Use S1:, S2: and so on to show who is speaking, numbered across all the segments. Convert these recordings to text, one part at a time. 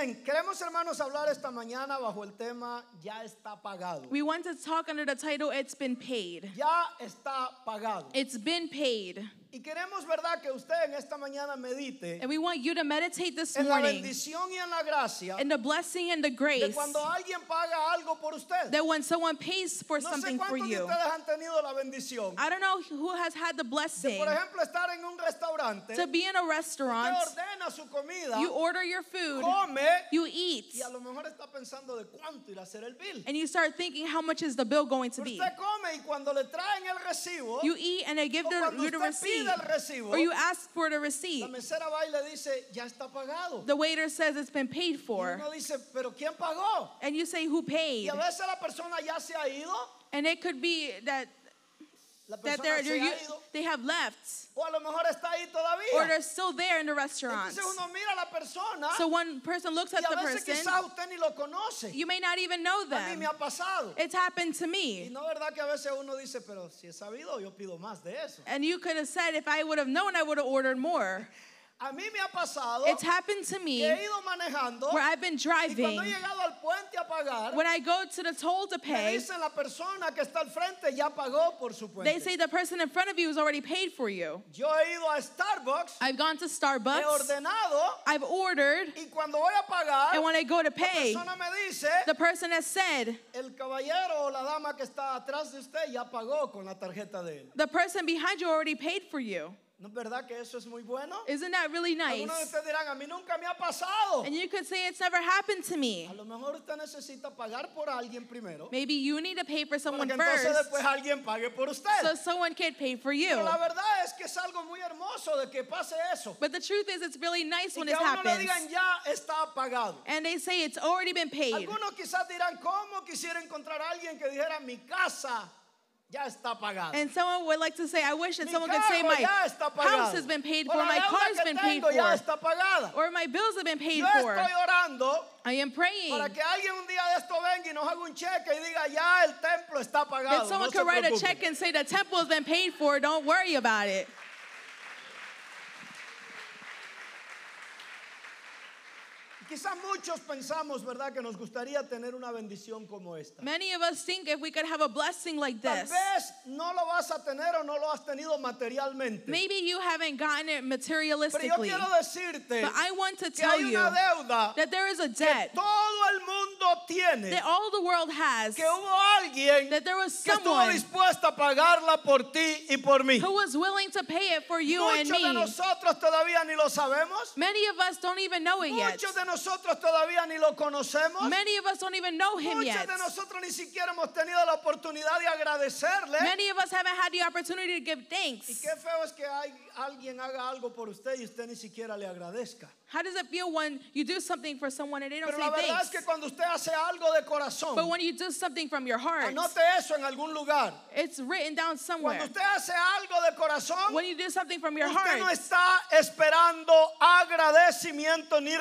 S1: Bien, queremos hermanos hablar esta mañana bajo el tema ya está pagado.
S2: We want to talk under the title It's Been Paid.
S1: Ya está pagado.
S2: It's been paid.
S1: Y queremos, ¿verdad?, que usted en esta mañana medite
S2: And we want you to meditate this
S1: en la
S2: morning
S1: bendición y en la gracia
S2: in the blessing and the grace
S1: de cuando alguien paga algo por usted.
S2: that when someone pays for
S1: No sé
S2: something for
S1: cuántos de
S2: you.
S1: ustedes han tenido la bendición.
S2: I don't know who has had the blessing
S1: Por ejemplo, estar en un restaurante,
S2: to
S1: usted
S2: be in a restaurant,
S1: ordena su comida,
S2: you order your food,
S1: come
S2: you eat,
S1: y a lo mejor está pensando de cuánto irá a ser el bill.
S2: and you start thinking how much is the bill going to
S1: Pero
S2: be.
S1: usted come y cuando le traen el recibo,
S2: You eat and they give
S1: o
S2: the,
S1: cuando
S2: you the
S1: usted
S2: receipt,
S1: pide el recibo,
S2: or you ask for the
S1: La
S2: receipt.
S1: mesera va y le dice, ya está pagado.
S2: The waiter says it's been
S1: Y
S2: paid for,
S1: uno dice, pero ¿quién pagó?
S2: and you say who
S1: Y
S2: paid,
S1: a veces la persona ya se ha ido,
S2: and it could be that
S1: la
S2: that
S1: persona
S2: they're,
S1: se
S2: they're you,
S1: ha ido,
S2: they have left
S1: o a lo mejor está ahí
S2: or
S1: todavía.
S2: they're still there in the restaurant.
S1: Entonces uno mira a la persona
S2: So one person looks at
S1: y a
S2: the
S1: veces
S2: person,
S1: quizás usted ni lo conoce.
S2: you may not even know
S1: A mí me
S2: them.
S1: ha pasado.
S2: It's happened to
S1: Y
S2: me.
S1: no verdad que a veces uno dice, pero si he sabido, yo pido más de eso.
S2: And you could have said, if I would have known, I would have ordered more.
S1: A mí me ha pasado
S2: It's happened to me
S1: que he
S2: where
S1: ido manejando
S2: I've been
S1: y cuando
S2: driving.
S1: he llegado al puente a pagar,
S2: When I go to the toll to
S1: me
S2: pay,
S1: dice la persona que está al frente, ya pagó por su
S2: they
S1: puente.
S2: say the person in front of you has already paid for you.
S1: Yo he ido a Starbucks
S2: I've gone to
S1: he
S2: Starbucks,
S1: ordenado
S2: I've ordered,
S1: y cuando voy a pagar,
S2: and when I go to
S1: la
S2: pay,
S1: persona me dice,
S2: the person has said,
S1: el caballero o la dama que está atrás de usted ya pagó con la tarjeta de él.
S2: the person behind you already paid for you.
S1: ¿No es verdad que eso es muy bueno?
S2: Isn't that really
S1: Algunos de
S2: nice?
S1: ustedes dirán, a mí nunca me ha pasado.
S2: And you could say it's never happened to me.
S1: A lo mejor usted necesita pagar por alguien primero,
S2: Maybe you need to pay for
S1: para
S2: someone
S1: que entonces
S2: first
S1: después alguien pague por usted.
S2: so someone can pay
S1: Pero
S2: for you.
S1: la verdad es que es algo muy hermoso de que pase eso.
S2: But the truth is, it's really nice
S1: Y
S2: when
S1: que
S2: it
S1: a uno le
S2: happens.
S1: digan, ya está pagado.
S2: And they say it's already been paid.
S1: Algunos quizás dirán, ¿cómo quisiera encontrar a alguien que dijera, mi casa ya está pagada?
S2: And someone would like to say, I wish that
S1: Mi
S2: someone could say,
S1: carro
S2: my
S1: ya está pagado.
S2: house has been paid
S1: O
S2: for,
S1: la
S2: my
S1: deuda
S2: car's
S1: que
S2: been paid
S1: tengo ya
S2: for,
S1: está pagada.
S2: or my bills have been paid
S1: Yo
S2: for.
S1: estoy orando
S2: I am praying
S1: para que alguien un día de esto venga y nos haga un cheque y diga ya el templo está pagado.
S2: that
S1: no
S2: someone
S1: se
S2: could write a
S1: preocupe".
S2: check and say, the temple has been paid for, don't worry about it.
S1: Quizás muchos pensamos, ¿verdad?, que nos gustaría tener una bendición como esta.
S2: Many of us think if we could have a blessing like
S1: Tal
S2: this,
S1: vez no lo vas a tener o no lo has tenido materialmente.
S2: Maybe you haven't gotten it
S1: Pero yo
S2: materialistically,
S1: quiero decirte
S2: but I want to
S1: que
S2: tell
S1: hay
S2: you
S1: una deuda
S2: that there is a
S1: que
S2: debt
S1: todo el mundo tiene,
S2: that all the world has,
S1: que hubo alguien
S2: that there was
S1: que estuvo
S2: someone
S1: dispuesta a pagarla por ti y por mí.
S2: who was willing to pay it for you and
S1: Muchos de
S2: me.
S1: nosotros todavía ni lo sabemos.
S2: Many of us don't even know it yet.
S1: Muchos de nosotros todavía ni lo conocemos.
S2: Many of us don't even know him
S1: Muchos
S2: yet.
S1: de nosotros ni siquiera hemos tenido la oportunidad de agradecerle.
S2: Many of us haven't had the opportunity to give
S1: Y
S2: thanks.
S1: qué feo es que hay- alguien haga algo por usted y usted ni siquiera le agradezca.
S2: How does it feel when you do something for someone and they don't
S1: Pero
S2: say
S1: la verdad es
S2: thanks?
S1: que cuando usted hace algo de
S2: But
S1: corazón,
S2: when you do something from your heart,
S1: anote eso en algún lugar.
S2: it's written down
S1: Cuando
S2: somewhere.
S1: usted hace algo de corazón,
S2: When you do something from your
S1: usted no
S2: heart,
S1: está esperando agradecimiento ni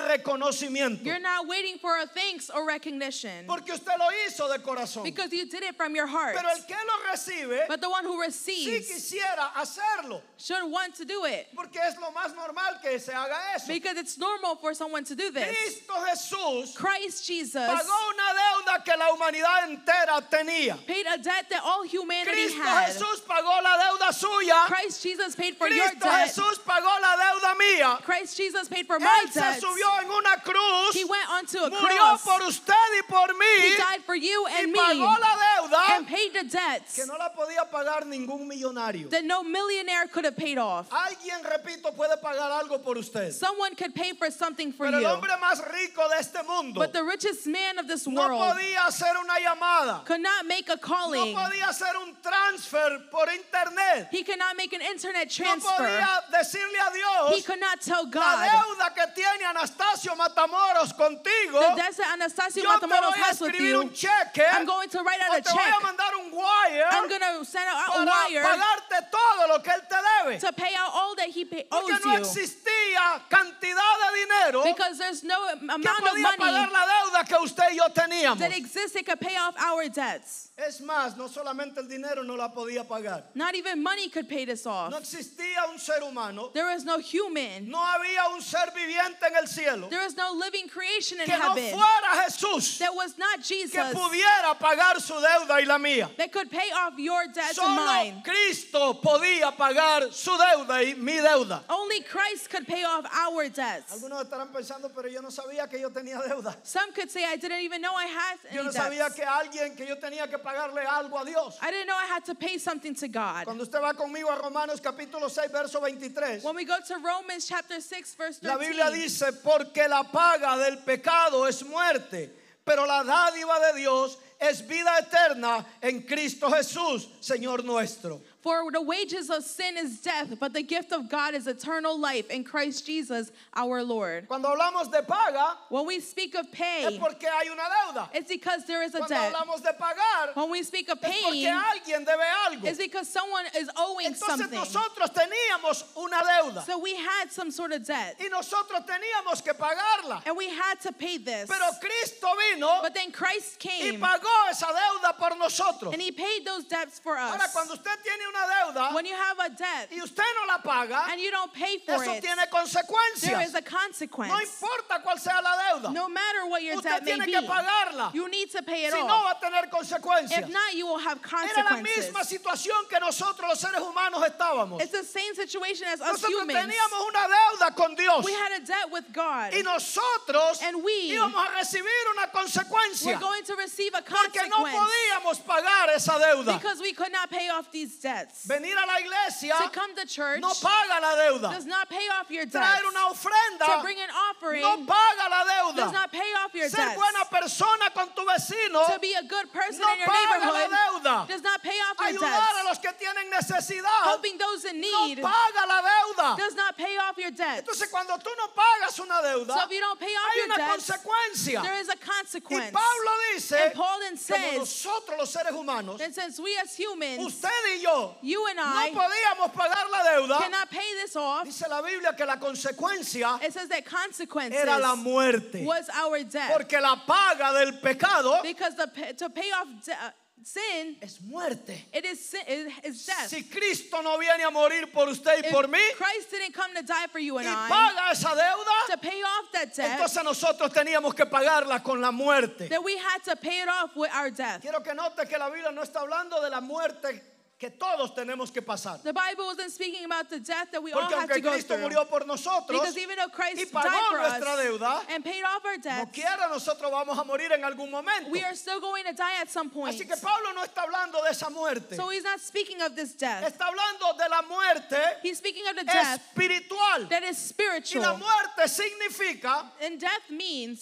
S1: reconocimiento.
S2: You're not waiting for a thanks or recognition
S1: Porque usted lo hizo de corazón.
S2: because you did it from your heart.
S1: Pero el que lo recibe
S2: But the one who
S1: si
S2: receives
S1: quisiera hacerlo,
S2: should want to do it
S1: porque es lo más normal que se haga eso.
S2: because it's normal for someone to do this.
S1: Cristo Jesús
S2: Christ Jesus
S1: pagó una deuda que la humanidad entera tenía.
S2: paid a debt that all humanity
S1: Cristo
S2: had.
S1: Jesús pagó la deuda suya.
S2: Christ Jesus paid for your
S1: Cristo
S2: debt.
S1: Jesús pagó la deuda mía.
S2: Christ Jesus paid for my
S1: Él se
S2: debt.
S1: subió en una cruz,
S2: He went onto a
S1: murió
S2: cross.
S1: por usted y por
S2: He
S1: mí
S2: died for you
S1: y
S2: and me
S1: pagó la deuda
S2: and paid the
S1: que
S2: debts
S1: no la podía pagar ningún millonario.
S2: that no millionaire could have paid off.
S1: Alguien, repito, puede pagar algo por usted.
S2: Someone could pay for something for
S1: Pero el
S2: you.
S1: hombre más rico de este mundo
S2: But the richest man of this
S1: no
S2: world
S1: podía hacer una llamada,
S2: could not make a
S1: no
S2: calling.
S1: podía hacer un transfer por internet,
S2: He could not make an internet
S1: no
S2: transfer.
S1: podía decirle a
S2: He
S1: Dios
S2: could not tell
S1: la
S2: God.
S1: deuda que tiene Anastasio Matamoros contigo.
S2: The debts that Anastasio
S1: yo te voy
S2: Matamoros
S1: a
S2: has with
S1: escribir
S2: you,
S1: un cheque
S2: I'm going to write
S1: o
S2: out a
S1: te voy
S2: check.
S1: a mandar un wire
S2: I'm going to send out a
S1: para
S2: wire
S1: pagarte todo lo que él te debe.
S2: to pay out all that he pay,
S1: Porque
S2: owes
S1: no
S2: you.
S1: existía cantidad de dinero que
S2: Because there's no am- amount of
S1: podía pagar
S2: money
S1: la deuda que usted y yo teníamos.
S2: that exists that could pay off our debts.
S1: Es más, no solamente el dinero no la podía pagar.
S2: Not even money could pay this
S1: No
S2: off.
S1: existía un ser humano,
S2: There is no human.
S1: no había un ser viviente en el cielo
S2: There is no living creation in
S1: que no
S2: heaven
S1: fuera Jesús
S2: that was not
S1: que
S2: Jesus
S1: pudiera pagar su deuda y la mía.
S2: that could pay off your debts and
S1: Solo
S2: mine.
S1: Cristo podía pagar su deuda y mi deuda.
S2: Only Christ could pay off our debts.
S1: Algunos estarán pensando, pero yo no sabía que yo tenía deuda.
S2: Some could say I didn't even know I had
S1: Yo no
S2: any
S1: sabía
S2: debts.
S1: que alguien que yo tenía que pagarle algo a Dios.
S2: I didn't know I had to pay something to God.
S1: Cuando usted va conmigo a Romanos capítulo 6, verso 23,
S2: When we go to Romans chapter 6 verse
S1: la Biblia
S2: 13,
S1: dice, porque la paga del pecado es muerte, pero la dádiva de Dios es vida eterna en Cristo Jesús, Señor nuestro.
S2: for the wages of sin is death, but the gift of God is eternal life in Christ Jesus our Lord.
S1: Cuando hablamos de paga,
S2: When we speak of
S1: es
S2: pay,
S1: porque hay una deuda.
S2: it's because there is a
S1: Cuando
S2: debt.
S1: hablamos de pagar,
S2: When we speak of
S1: es porque
S2: paying,
S1: alguien debe algo.
S2: it's because someone is owing
S1: Entonces
S2: something.
S1: nosotros teníamos una deuda
S2: So we had some sort of debt,
S1: y nosotros teníamos que pagarla.
S2: and we had to pay this.
S1: Pero Cristo vino
S2: But then Christ
S1: y
S2: came,
S1: pagó esa deuda por nosotros.
S2: and He paid those debts for us.
S1: Ahora, cuando usted tiene una deuda
S2: When you have a debt
S1: y usted no la paga,
S2: and you don't pay for
S1: eso
S2: it,
S1: tiene
S2: there is
S1: consecuencias. No
S2: a consequence.
S1: importa cuál sea la deuda,
S2: No matter what your
S1: usted
S2: debt may
S1: tiene
S2: be,
S1: que pagarla.
S2: you need to pay it
S1: Si no,
S2: off.
S1: va a tener
S2: If
S1: consecuencias.
S2: not, you will have
S1: Era la
S2: consequences.
S1: misma situación que nosotros los seres humanos estábamos.
S2: It's the same situation as us
S1: Nosotros
S2: humans.
S1: teníamos una deuda con Dios
S2: We had a debt with God.
S1: y nosotros
S2: And we
S1: íbamos a recibir una
S2: We're
S1: consecuencia
S2: going to receive a
S1: porque no
S2: consequence
S1: podíamos pagar esa deuda.
S2: because we could not pay off these debts.
S1: Venir a la iglesia
S2: To come to church
S1: no paga la deuda.
S2: does not pay off your debts.
S1: Traer una
S2: To
S1: ofrenda
S2: bring an offering
S1: no paga la
S2: does
S1: deuda.
S2: not pay off your
S1: Ser
S2: debts.
S1: buena persona con tu vecino
S2: To be a good person
S1: no
S2: in your
S1: paga la
S2: neighborhood
S1: deuda.
S2: does not pay off your
S1: Ayudar a
S2: debts.
S1: los que tienen necesidad
S2: Helping those in need
S1: no paga la deuda.
S2: does not pay off your debts.
S1: Entonces cuando tú no pagas una
S2: So
S1: deuda
S2: if you don't pay off
S1: hay
S2: your
S1: una
S2: debts,
S1: consecuencia.
S2: there is a
S1: Y
S2: consequence.
S1: Pablo dice
S2: And Paul then
S1: como
S2: says,
S1: nosotros los seres humanos,
S2: and since we as humans,
S1: usted y yo
S2: you and
S1: no
S2: I
S1: podíamos pagar la deuda.
S2: cannot pay this off,
S1: Dice la Biblia que la consecuencia
S2: it says that consequences
S1: era la muerte.
S2: was our debt.
S1: Porque la paga del pecado
S2: Because the, pa- to pay off de- uh, sin,
S1: es muerte.
S2: it is, sin, it is death.
S1: Si Cristo no viene a morir por usted y
S2: If
S1: por mí
S2: Christ didn't come to die for you
S1: y
S2: and I
S1: paga esa deuda,
S2: to pay off that debt,
S1: entonces nosotros teníamos que pagarla con la muerte.
S2: that we had to pay it off with our death.
S1: Quiero que note que la Biblia no está hablando de la muerte que todos tenemos que pasar.
S2: The Bible wasn't speaking about the death that we all
S1: Porque
S2: have to
S1: aunque
S2: go
S1: Cristo
S2: through.
S1: murió por nosotros
S2: Because even though
S1: y
S2: Christ died
S1: pagó
S2: for
S1: nuestra
S2: us
S1: deuda,
S2: and paid off our
S1: no
S2: debts,
S1: quiera nosotros vamos a morir en algún momento.
S2: we are still going to die at some point.
S1: Así que Pablo no está hablando de esa muerte.
S2: So he's not speaking of this death.
S1: Está hablando de la muerte
S2: He's speaking of the death
S1: espiritual.
S2: that is
S1: Y la
S2: spiritual.
S1: muerte significa
S2: And death means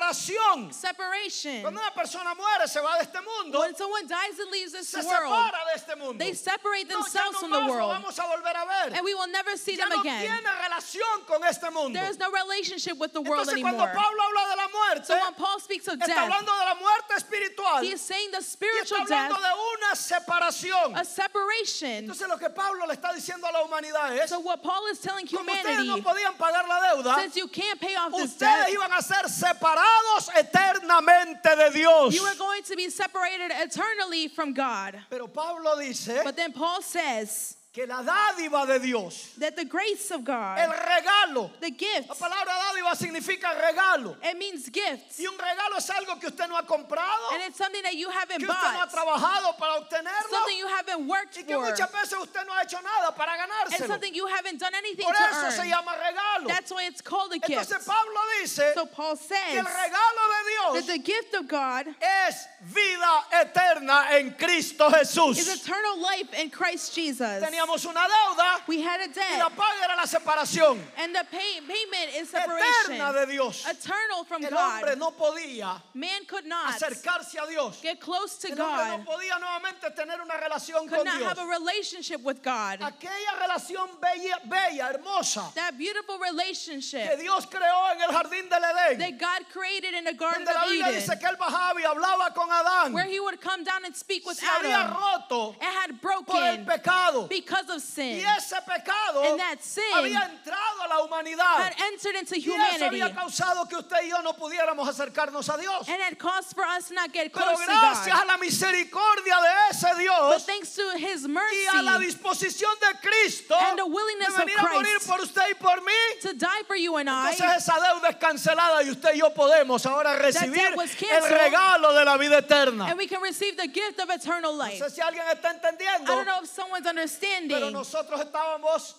S1: separación.
S2: separation.
S1: Cuando una persona muere, se va de este mundo,
S2: When someone dies and leaves this
S1: se
S2: world,
S1: separa de este mundo.
S2: they separate
S1: No, ya
S2: themselves
S1: no
S2: from the
S1: más lo
S2: world.
S1: vamos a volver a ver.
S2: And we will never see
S1: Ya
S2: them
S1: no
S2: again.
S1: tiene relación con este mundo.
S2: There is no relationship with the world
S1: Entonces, cuando
S2: anymore.
S1: Pablo habla de la muerte,
S2: So when Paul speaks of
S1: está
S2: death,
S1: hablando de la muerte espiritual.
S2: he is saying the
S1: y está
S2: spiritual death,
S1: hablando de una separación.
S2: a separation.
S1: Entonces, lo que Pablo le está diciendo a la humanidad es:
S2: So what Paul is telling
S1: como ustedes no
S2: humanity,
S1: podían pagar la deuda,
S2: since you can't pay off this
S1: ustedes
S2: debt,
S1: iban a ser separados eternamente de Dios.
S2: you are going to be separated eternally from God.
S1: Pero Pablo dice
S2: But then Paul says
S1: que la dádiva de Dios,
S2: that the grace
S1: el
S2: of God,
S1: regalo,
S2: the gift,
S1: la palabra dádiva significa regalo.
S2: it means gift.
S1: Y un regalo es algo que usted no ha comprado,
S2: And it's something that you
S1: que
S2: haven't
S1: usted no ha
S2: bought,
S1: trabajado para obtenerlo
S2: something you haven't worked
S1: y que
S2: for,
S1: muchas veces usted no ha hecho nada para
S2: and
S1: ganárselo.
S2: something you haven't done anything
S1: Por
S2: to
S1: eso se
S2: earn.
S1: llama regalo.
S2: That's why it's called a gift.
S1: Entonces Pablo dice
S2: So Paul
S1: que
S2: says
S1: el regalo de Dios
S2: that the gift of God
S1: es vida eterna en Cristo
S2: is
S1: Jesús.
S2: eternal life in Christ Jesus.
S1: Teníamos una deuda
S2: We had a
S1: y la
S2: debt,
S1: paga era la separación
S2: and the pay, payment is
S1: eterna
S2: separation.
S1: de Dios.
S2: eternal from
S1: El hombre
S2: God.
S1: no podía
S2: Man could not
S1: acercarse a Dios.
S2: get close to
S1: El hombre
S2: God,
S1: no podía nuevamente tener una relación
S2: could
S1: con
S2: not
S1: Dios.
S2: have a relationship with God.
S1: Aquella relación bella, bella, hermosa
S2: That beautiful
S1: que
S2: relationship
S1: Dios creó en el jardín del Edén,
S2: that God created in the Garden
S1: donde donde la
S2: of
S1: Biblia dice
S2: Eden,
S1: que él bajaba y hablaba con Adán,
S2: where he would come down and speak with
S1: se había
S2: Adam,
S1: roto
S2: it had
S1: por el
S2: broken
S1: pecado.
S2: because of
S1: Y
S2: sin,
S1: ese pecado
S2: And that sin
S1: había entrado a la humanidad.
S2: had entered into
S1: Y eso
S2: humanity,
S1: había
S2: and
S1: causado que usted y yo no pudiéramos acercarnos a Dios.
S2: had caused for us to not get
S1: Pero
S2: close to
S1: gracias a
S2: God.
S1: la misericordia de ese
S2: But
S1: Dios
S2: thanks to His
S1: y a la
S2: mercy
S1: disposición de Cristo
S2: And the
S1: de
S2: willingness
S1: venir
S2: of
S1: a morir
S2: Christ.
S1: por usted y por mí,
S2: to die for you and
S1: entonces
S2: I,
S1: esa deuda es cancelada y usted y yo podemos ahora recibir
S2: debt was
S1: el
S2: canceled.
S1: regalo de la vida eterna.
S2: and we can receive the gift of eternal
S1: No
S2: life.
S1: sé si alguien está
S2: I
S1: entendiendo,
S2: don't know if someone's
S1: pero
S2: understanding,
S1: nosotros estábamos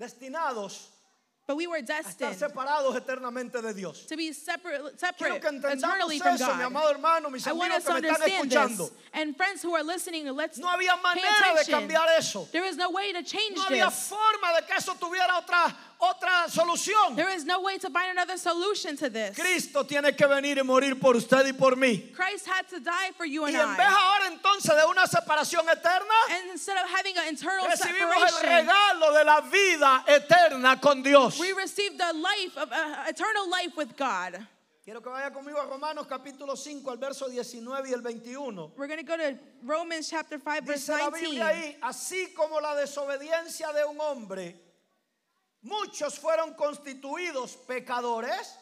S1: destinados
S2: but we were
S1: a estar
S2: destined
S1: separados eternamente de Dios.
S2: to be separate,
S1: Quiero
S2: separate
S1: que entendamos
S2: eternally from
S1: eso, mi
S2: God.
S1: amado hermano, mis
S2: I want
S1: amigos
S2: us
S1: que
S2: to
S1: me están
S2: understand
S1: escuchando.
S2: this. And friends who are listening, let's
S1: No había
S2: pay
S1: manera de
S2: attention.
S1: cambiar eso.
S2: There is no way to change
S1: No había
S2: this.
S1: forma de que eso tuviera otra, otra solución.
S2: There is no way to find another solution to this.
S1: Cristo tiene que venir y morir por usted y por mí.
S2: Christ had to die for you
S1: Y
S2: and
S1: en vez
S2: I.
S1: ahora entonces de una separación eterna,
S2: And instead of having an internal
S1: recibimos el
S2: separation,
S1: regalo de la vida eterna con Dios.
S2: we received the life of uh, eternal life with God.
S1: Quiero que vaya conmigo a Romanos capítulo 5, al verso 19 y el 21.
S2: We're going to go to Romans chapter 5 verse
S1: Dice la
S2: 19.
S1: Biblia ahí, así como la desobediencia de un hombre, muchos fueron constituidos pecadores,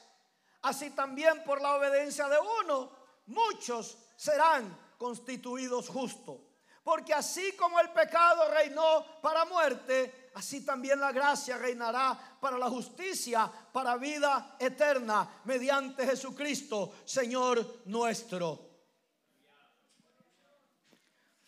S1: así también por la obediencia de uno, muchos serán constituidos justos. Porque así como el pecado reinó para muerte, así también la gracia reinará para la justicia, para vida eterna, mediante Jesucristo, Señor nuestro.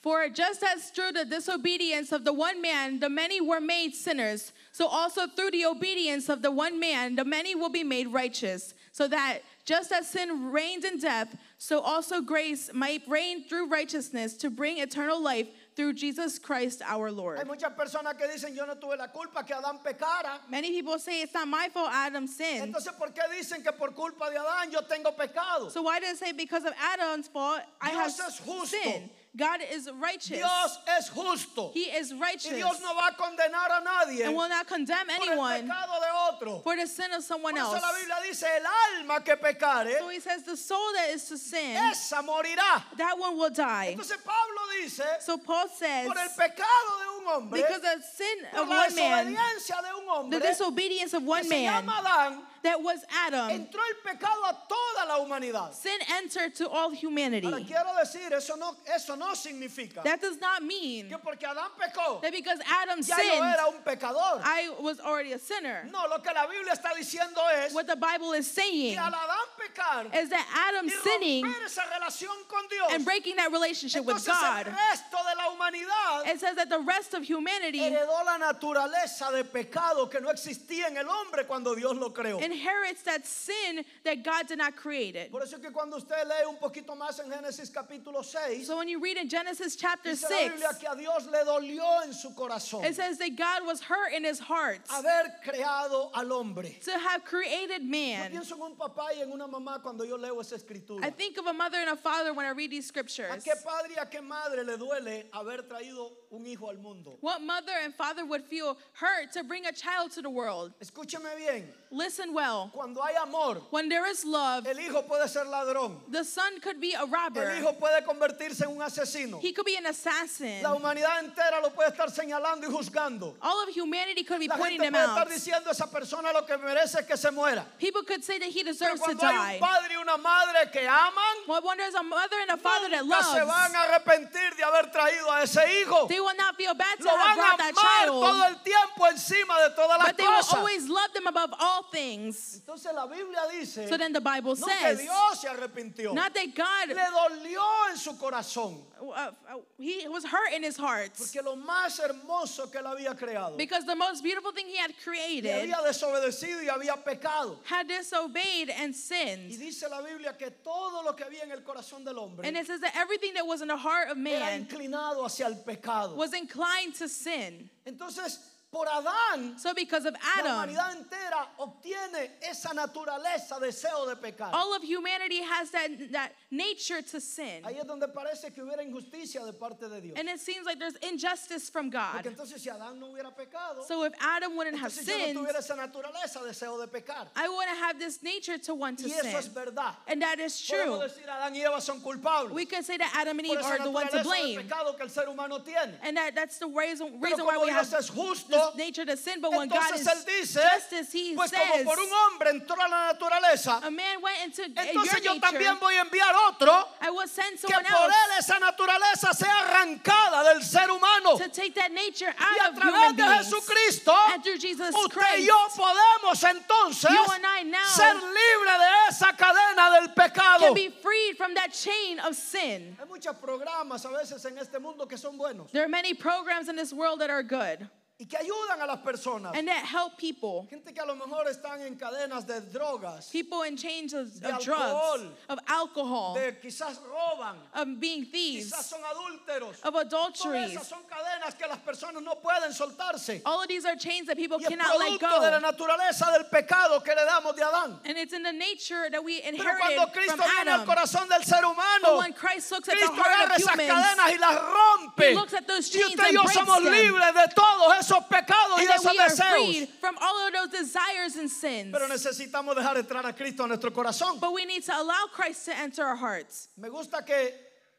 S2: For just as through the disobedience of the one man the many were made sinners, so also through the obedience of the one man the many will be made righteous. So that just as sin reigned in death, so also grace might reign through righteousness to bring eternal life through Jesus Christ our
S1: Hay
S2: Lord.
S1: muchas personas que dicen, yo no tuve la culpa que Adán pecara.
S2: Many people say it's not my fault Adam sinned.
S1: Entonces, ¿por qué dicen que por culpa de Adán yo tengo pecado?
S2: So why does it say because of Adam's fault I have
S1: Dios es justo.
S2: sinned? God is righteous.
S1: Dios es justo.
S2: He is
S1: Y
S2: righteous
S1: Dios no va a condenar a nadie
S2: and will not condemn
S1: por el
S2: anyone
S1: pecado de otro. Por
S2: for the sin of someone
S1: eso
S2: else.
S1: la Biblia dice, el alma que pecare,
S2: So he says the soul that is to sin,
S1: esa morirá.
S2: that one will die.
S1: Entonces Pablo dice,
S2: So Paul says,
S1: por el pecado de un hombre,
S2: because the sin
S1: por
S2: of
S1: la
S2: one man,
S1: desobediencia de un
S2: the
S1: hombre, que
S2: disobedience of one
S1: se
S2: man, um,
S1: llama Adán,
S2: that was Adam,
S1: entró el pecado a toda la humanidad.
S2: sin entered to all
S1: Ahora
S2: humanity.
S1: quiero decir, eso no, eso no significa
S2: That does not mean
S1: que porque Adán pecó,
S2: that because Adam
S1: ya yo
S2: sinned,
S1: era un pecador.
S2: I was already a sinner.
S1: No, lo que la Biblia está diciendo es
S2: What the Bible is saying
S1: que al Adán pecar
S2: is that Adam
S1: y
S2: sinning
S1: romper esa relación con Dios,
S2: and breaking that relationship with
S1: entonces
S2: God,
S1: el resto de la humanidad
S2: it says that the rest of humanity
S1: heredó la naturaleza de pecado que no existía en el hombre cuando Dios lo creó.
S2: inherits that sin that God did not create it.
S1: Por eso es que cuando usted lee un poquito más en Génesis capítulo 6,
S2: So when you read in Genesis chapter
S1: dice la
S2: 6,
S1: Biblia que a Dios le dolió en su corazón
S2: it says that God was hurt in his heart
S1: haber creado al hombre.
S2: to have created
S1: Yo
S2: man.
S1: pienso en un papá y en una mamá cuando yo leo esa escritura.
S2: I think of a mother and a father when I read these
S1: ¿A
S2: scriptures.
S1: qué padre y a qué madre le duele haber traído un hijo al mundo?
S2: What mother and father would feel hurt to bring a child to the world?
S1: Escúcheme bien,
S2: Listen well.
S1: cuando hay amor,
S2: When there is love,
S1: el hijo puede ser ladrón,
S2: the son could be a
S1: el
S2: robber.
S1: hijo puede convertirse en un asesino,
S2: He could be an assassin.
S1: la humanidad entera lo puede estar señalando y juzgando.
S2: All of humanity could be
S1: La
S2: pointing
S1: gente
S2: them
S1: puede estar
S2: out.
S1: diciendo a esa persona lo que merece es que se muera.
S2: People could say that he
S1: Pero
S2: deserves to
S1: cuando hay un
S2: die.
S1: padre y una madre que aman,
S2: What wonder is a mother and a father that
S1: nunca se van
S2: loves.
S1: a arrepentir de haber traído a ese hijo.
S2: They will not feel bad to
S1: Lo van a
S2: have brought that
S1: amar
S2: child.
S1: todo el tiempo encima de todas las
S2: But they will
S1: cosas.
S2: always love them above all things.
S1: Entonces la Biblia dice
S2: So then the Bible
S1: no oh. que
S2: says,
S1: Dios se arrepintió.
S2: not that God,
S1: Le dolió en su corazón.
S2: uh, uh, he was hurt in his heart
S1: Porque lo más hermoso que él había creado.
S2: because the most beautiful thing he had
S1: Le
S2: created
S1: había desobedecido y había pecado.
S2: had disobeyed and
S1: Y
S2: sinned.
S1: dice la Biblia que todo lo que había en el corazón del
S2: And
S1: hombre
S2: it says that everything that was in the heart of
S1: era
S2: man pues,
S1: inclinado hacia el pecado.
S2: was inclined to sin.
S1: Entonces por Adán,
S2: So, because of
S1: la
S2: Adam,
S1: humanidad entera obtiene esa naturaleza, deseo de pecar.
S2: all of humanity has that, that nature to sin.
S1: Ahí es donde parece que hubiera injusticia de parte de Dios.
S2: And it seems like there's injustice from
S1: Porque
S2: God.
S1: entonces si Adán no hubiera pecado,
S2: So if Adam wouldn't have
S1: entonces yo no
S2: sinned,
S1: tuviera esa naturaleza, deseo de pecar.
S2: I wouldn't have this nature to want to
S1: Y eso
S2: sin.
S1: es verdad.
S2: And that is true.
S1: Podemos decir Adán y Eva son culpables.
S2: We could say that Adam and
S1: por
S2: Eve
S1: esa
S2: are the one to
S1: naturaleza de
S2: blame.
S1: pecado que el ser humano tiene.
S2: And that, that's the reason,
S1: Pero
S2: reason why
S1: como
S2: we
S1: Dios
S2: have
S1: es justo,
S2: this nature to sin. But when God
S1: entonces
S2: is
S1: él dice,
S2: just as He
S1: pues como
S2: says,
S1: por un hombre entró a la naturaleza,
S2: a man went into uh,
S1: entonces
S2: your
S1: yo también
S2: nature,
S1: voy a enviar otro
S2: I will send
S1: que
S2: someone
S1: por
S2: else
S1: él esa naturaleza sea arrancada del ser humano.
S2: to take that nature
S1: Y
S2: out
S1: a
S2: of
S1: través
S2: human
S1: de
S2: beings.
S1: Jesucristo,
S2: And through Jesus
S1: usted y
S2: Christ,
S1: yo podemos entonces
S2: You and I now
S1: ser libres de esa cadena del pecado.
S2: can be freed from that chain of sin.
S1: Hay muchos programas a veces en este mundo que son buenos
S2: There are many programs in this world that are good
S1: y que ayudan a las personas.
S2: and that help people.
S1: Gente que a lo mejor están en cadenas de drogas,
S2: People in chains of,
S1: De
S2: of drugs,
S1: alcohol.
S2: of alcohol,
S1: de quizás roban,
S2: of being
S1: quizás
S2: thieves,
S1: son adúlteros.
S2: of
S1: Todas
S2: adulteries.
S1: esas son cadenas que las personas no pueden soltarse.
S2: All of these are chains that people
S1: Y es
S2: cannot let
S1: producto de la
S2: go.
S1: naturaleza del pecado que le damos de Adán.
S2: And it's in the nature that we
S1: Pero
S2: inherited
S1: cuando
S2: from
S1: Cristo viene al
S2: Adam.
S1: corazón del ser
S2: But
S1: humano,
S2: when Christ looks at the
S1: Cristo
S2: heart
S1: agarra
S2: of
S1: esas
S2: humans,
S1: cadenas y las rompe.
S2: He looks at those
S1: Y
S2: chains
S1: usted y
S2: and
S1: yo
S2: breaks
S1: somos
S2: them.
S1: libres de todos esos pecados y
S2: and
S1: de
S2: that
S1: esos
S2: we are
S1: deseos.
S2: freed from all of those desires and sins.
S1: Pero necesitamos dejar entrar a Cristo a nuestro corazón.
S2: But we need to allow Christ to enter our hearts.
S1: Me gusta que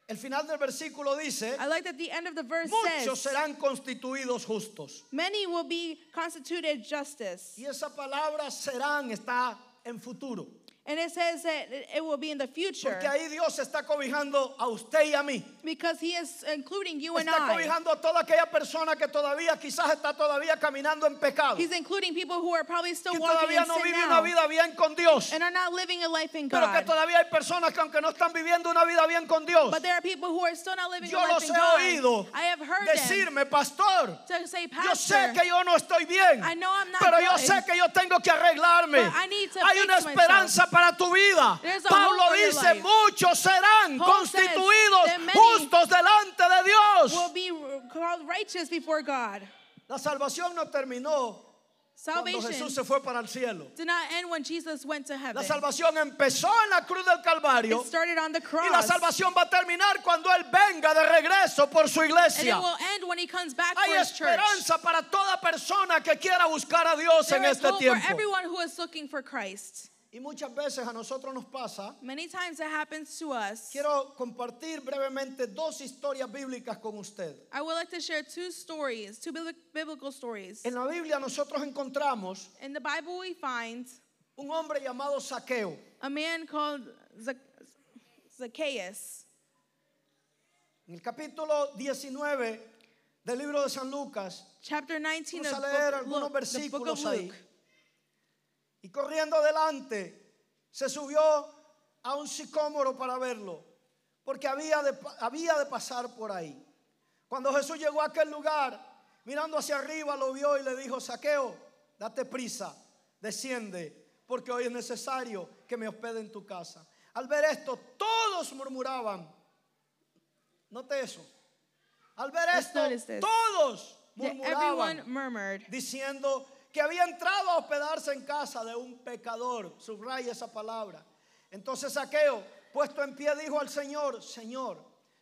S1: el final del versículo dice,
S2: I like that the end of the verse
S1: muchos
S2: says,
S1: serán constituidos justos.
S2: many will be constituted justice.
S1: Y esa palabra serán está en futuro.
S2: And it says that it- it will be in the future
S1: Porque ahí Dios está cobijando a usted y a mí.
S2: because he is including you and
S1: Está
S2: I.
S1: cobijando a toda aquella persona que todavía quizás está todavía caminando en pecado.
S2: He's including people who are probably still
S1: Que
S2: walking
S1: todavía
S2: in
S1: no vive
S2: sin now
S1: una vida bien con Dios.
S2: and are not living a life in
S1: Pero que
S2: God.
S1: todavía hay personas que aunque no están viviendo una vida bien con Dios,
S2: But there are people who are still not living
S1: yo
S2: a life
S1: los
S2: in
S1: he
S2: God.
S1: oído
S2: I have heard them
S1: decirme, pastor,
S2: to say,
S1: yo sé
S2: Pastor,
S1: que yo no estoy bien,
S2: I know I'm not
S1: pero yo
S2: good,
S1: sé que yo tengo que arreglarme.
S2: but I need to
S1: Hay una
S2: fix myself.
S1: esperanza para tu vida.
S2: There's a
S1: Pablo
S2: hope for your
S1: dice,
S2: life.
S1: muchos serán
S2: Paul says
S1: constituidos
S2: that many
S1: justos delante de
S2: will
S1: Dios.
S2: be called righteous before God.
S1: La salvación no terminó cuando
S2: Salvation
S1: Jesús se fue para el cielo.
S2: did not end when Jesus went to heaven.
S1: La salvación empezó en la cruz del Calvario.
S2: It started on the cross.
S1: Y la salvación va a terminar cuando Él venga de regreso por su
S2: and it
S1: iglesia.
S2: will end when he comes back
S1: Hay
S2: for his church.
S1: esperanza para toda persona que quiera buscar a Dios en
S2: There is
S1: este
S2: hope for
S1: tiempo.
S2: everyone who is looking for Christ.
S1: Y muchas veces a nosotros nos pasa.
S2: Many times that happens to us.
S1: Quiero compartir brevemente dos historias bíblicas con usted.
S2: I would like to share two stories, two bibli- biblical stories.
S1: En la Biblia nosotros encontramos
S2: In the Bible, we find
S1: un hombre llamado Saqueo.
S2: a man called Zac- Zacchaeus.
S1: En el capítulo 19 del libro de San Lucas.
S2: Chapter 19
S1: Vamos
S2: of
S1: a leer algunos
S2: book- Luke, the book of
S1: versículos ahí.
S2: Luke.
S1: Y corriendo adelante, se subió a un sicómoro para verlo, porque había de, pa- había de pasar por ahí. Cuando Jesús llegó a aquel lugar, mirando hacia arriba, lo vio y le dijo, Saqueo, date prisa, desciende, porque hoy es necesario que me hospede en tu casa. Al ver esto, todos murmuraban, note eso, al ver
S2: Let's
S1: esto,
S2: notice this.
S1: todos
S2: That
S1: murmuraban
S2: everyone murmured.
S1: diciendo que había entrado a hospedarse en casa de un pecador. Subraya esa palabra. Entonces Saqueo, puesto en pie, dijo al Señor, Señor,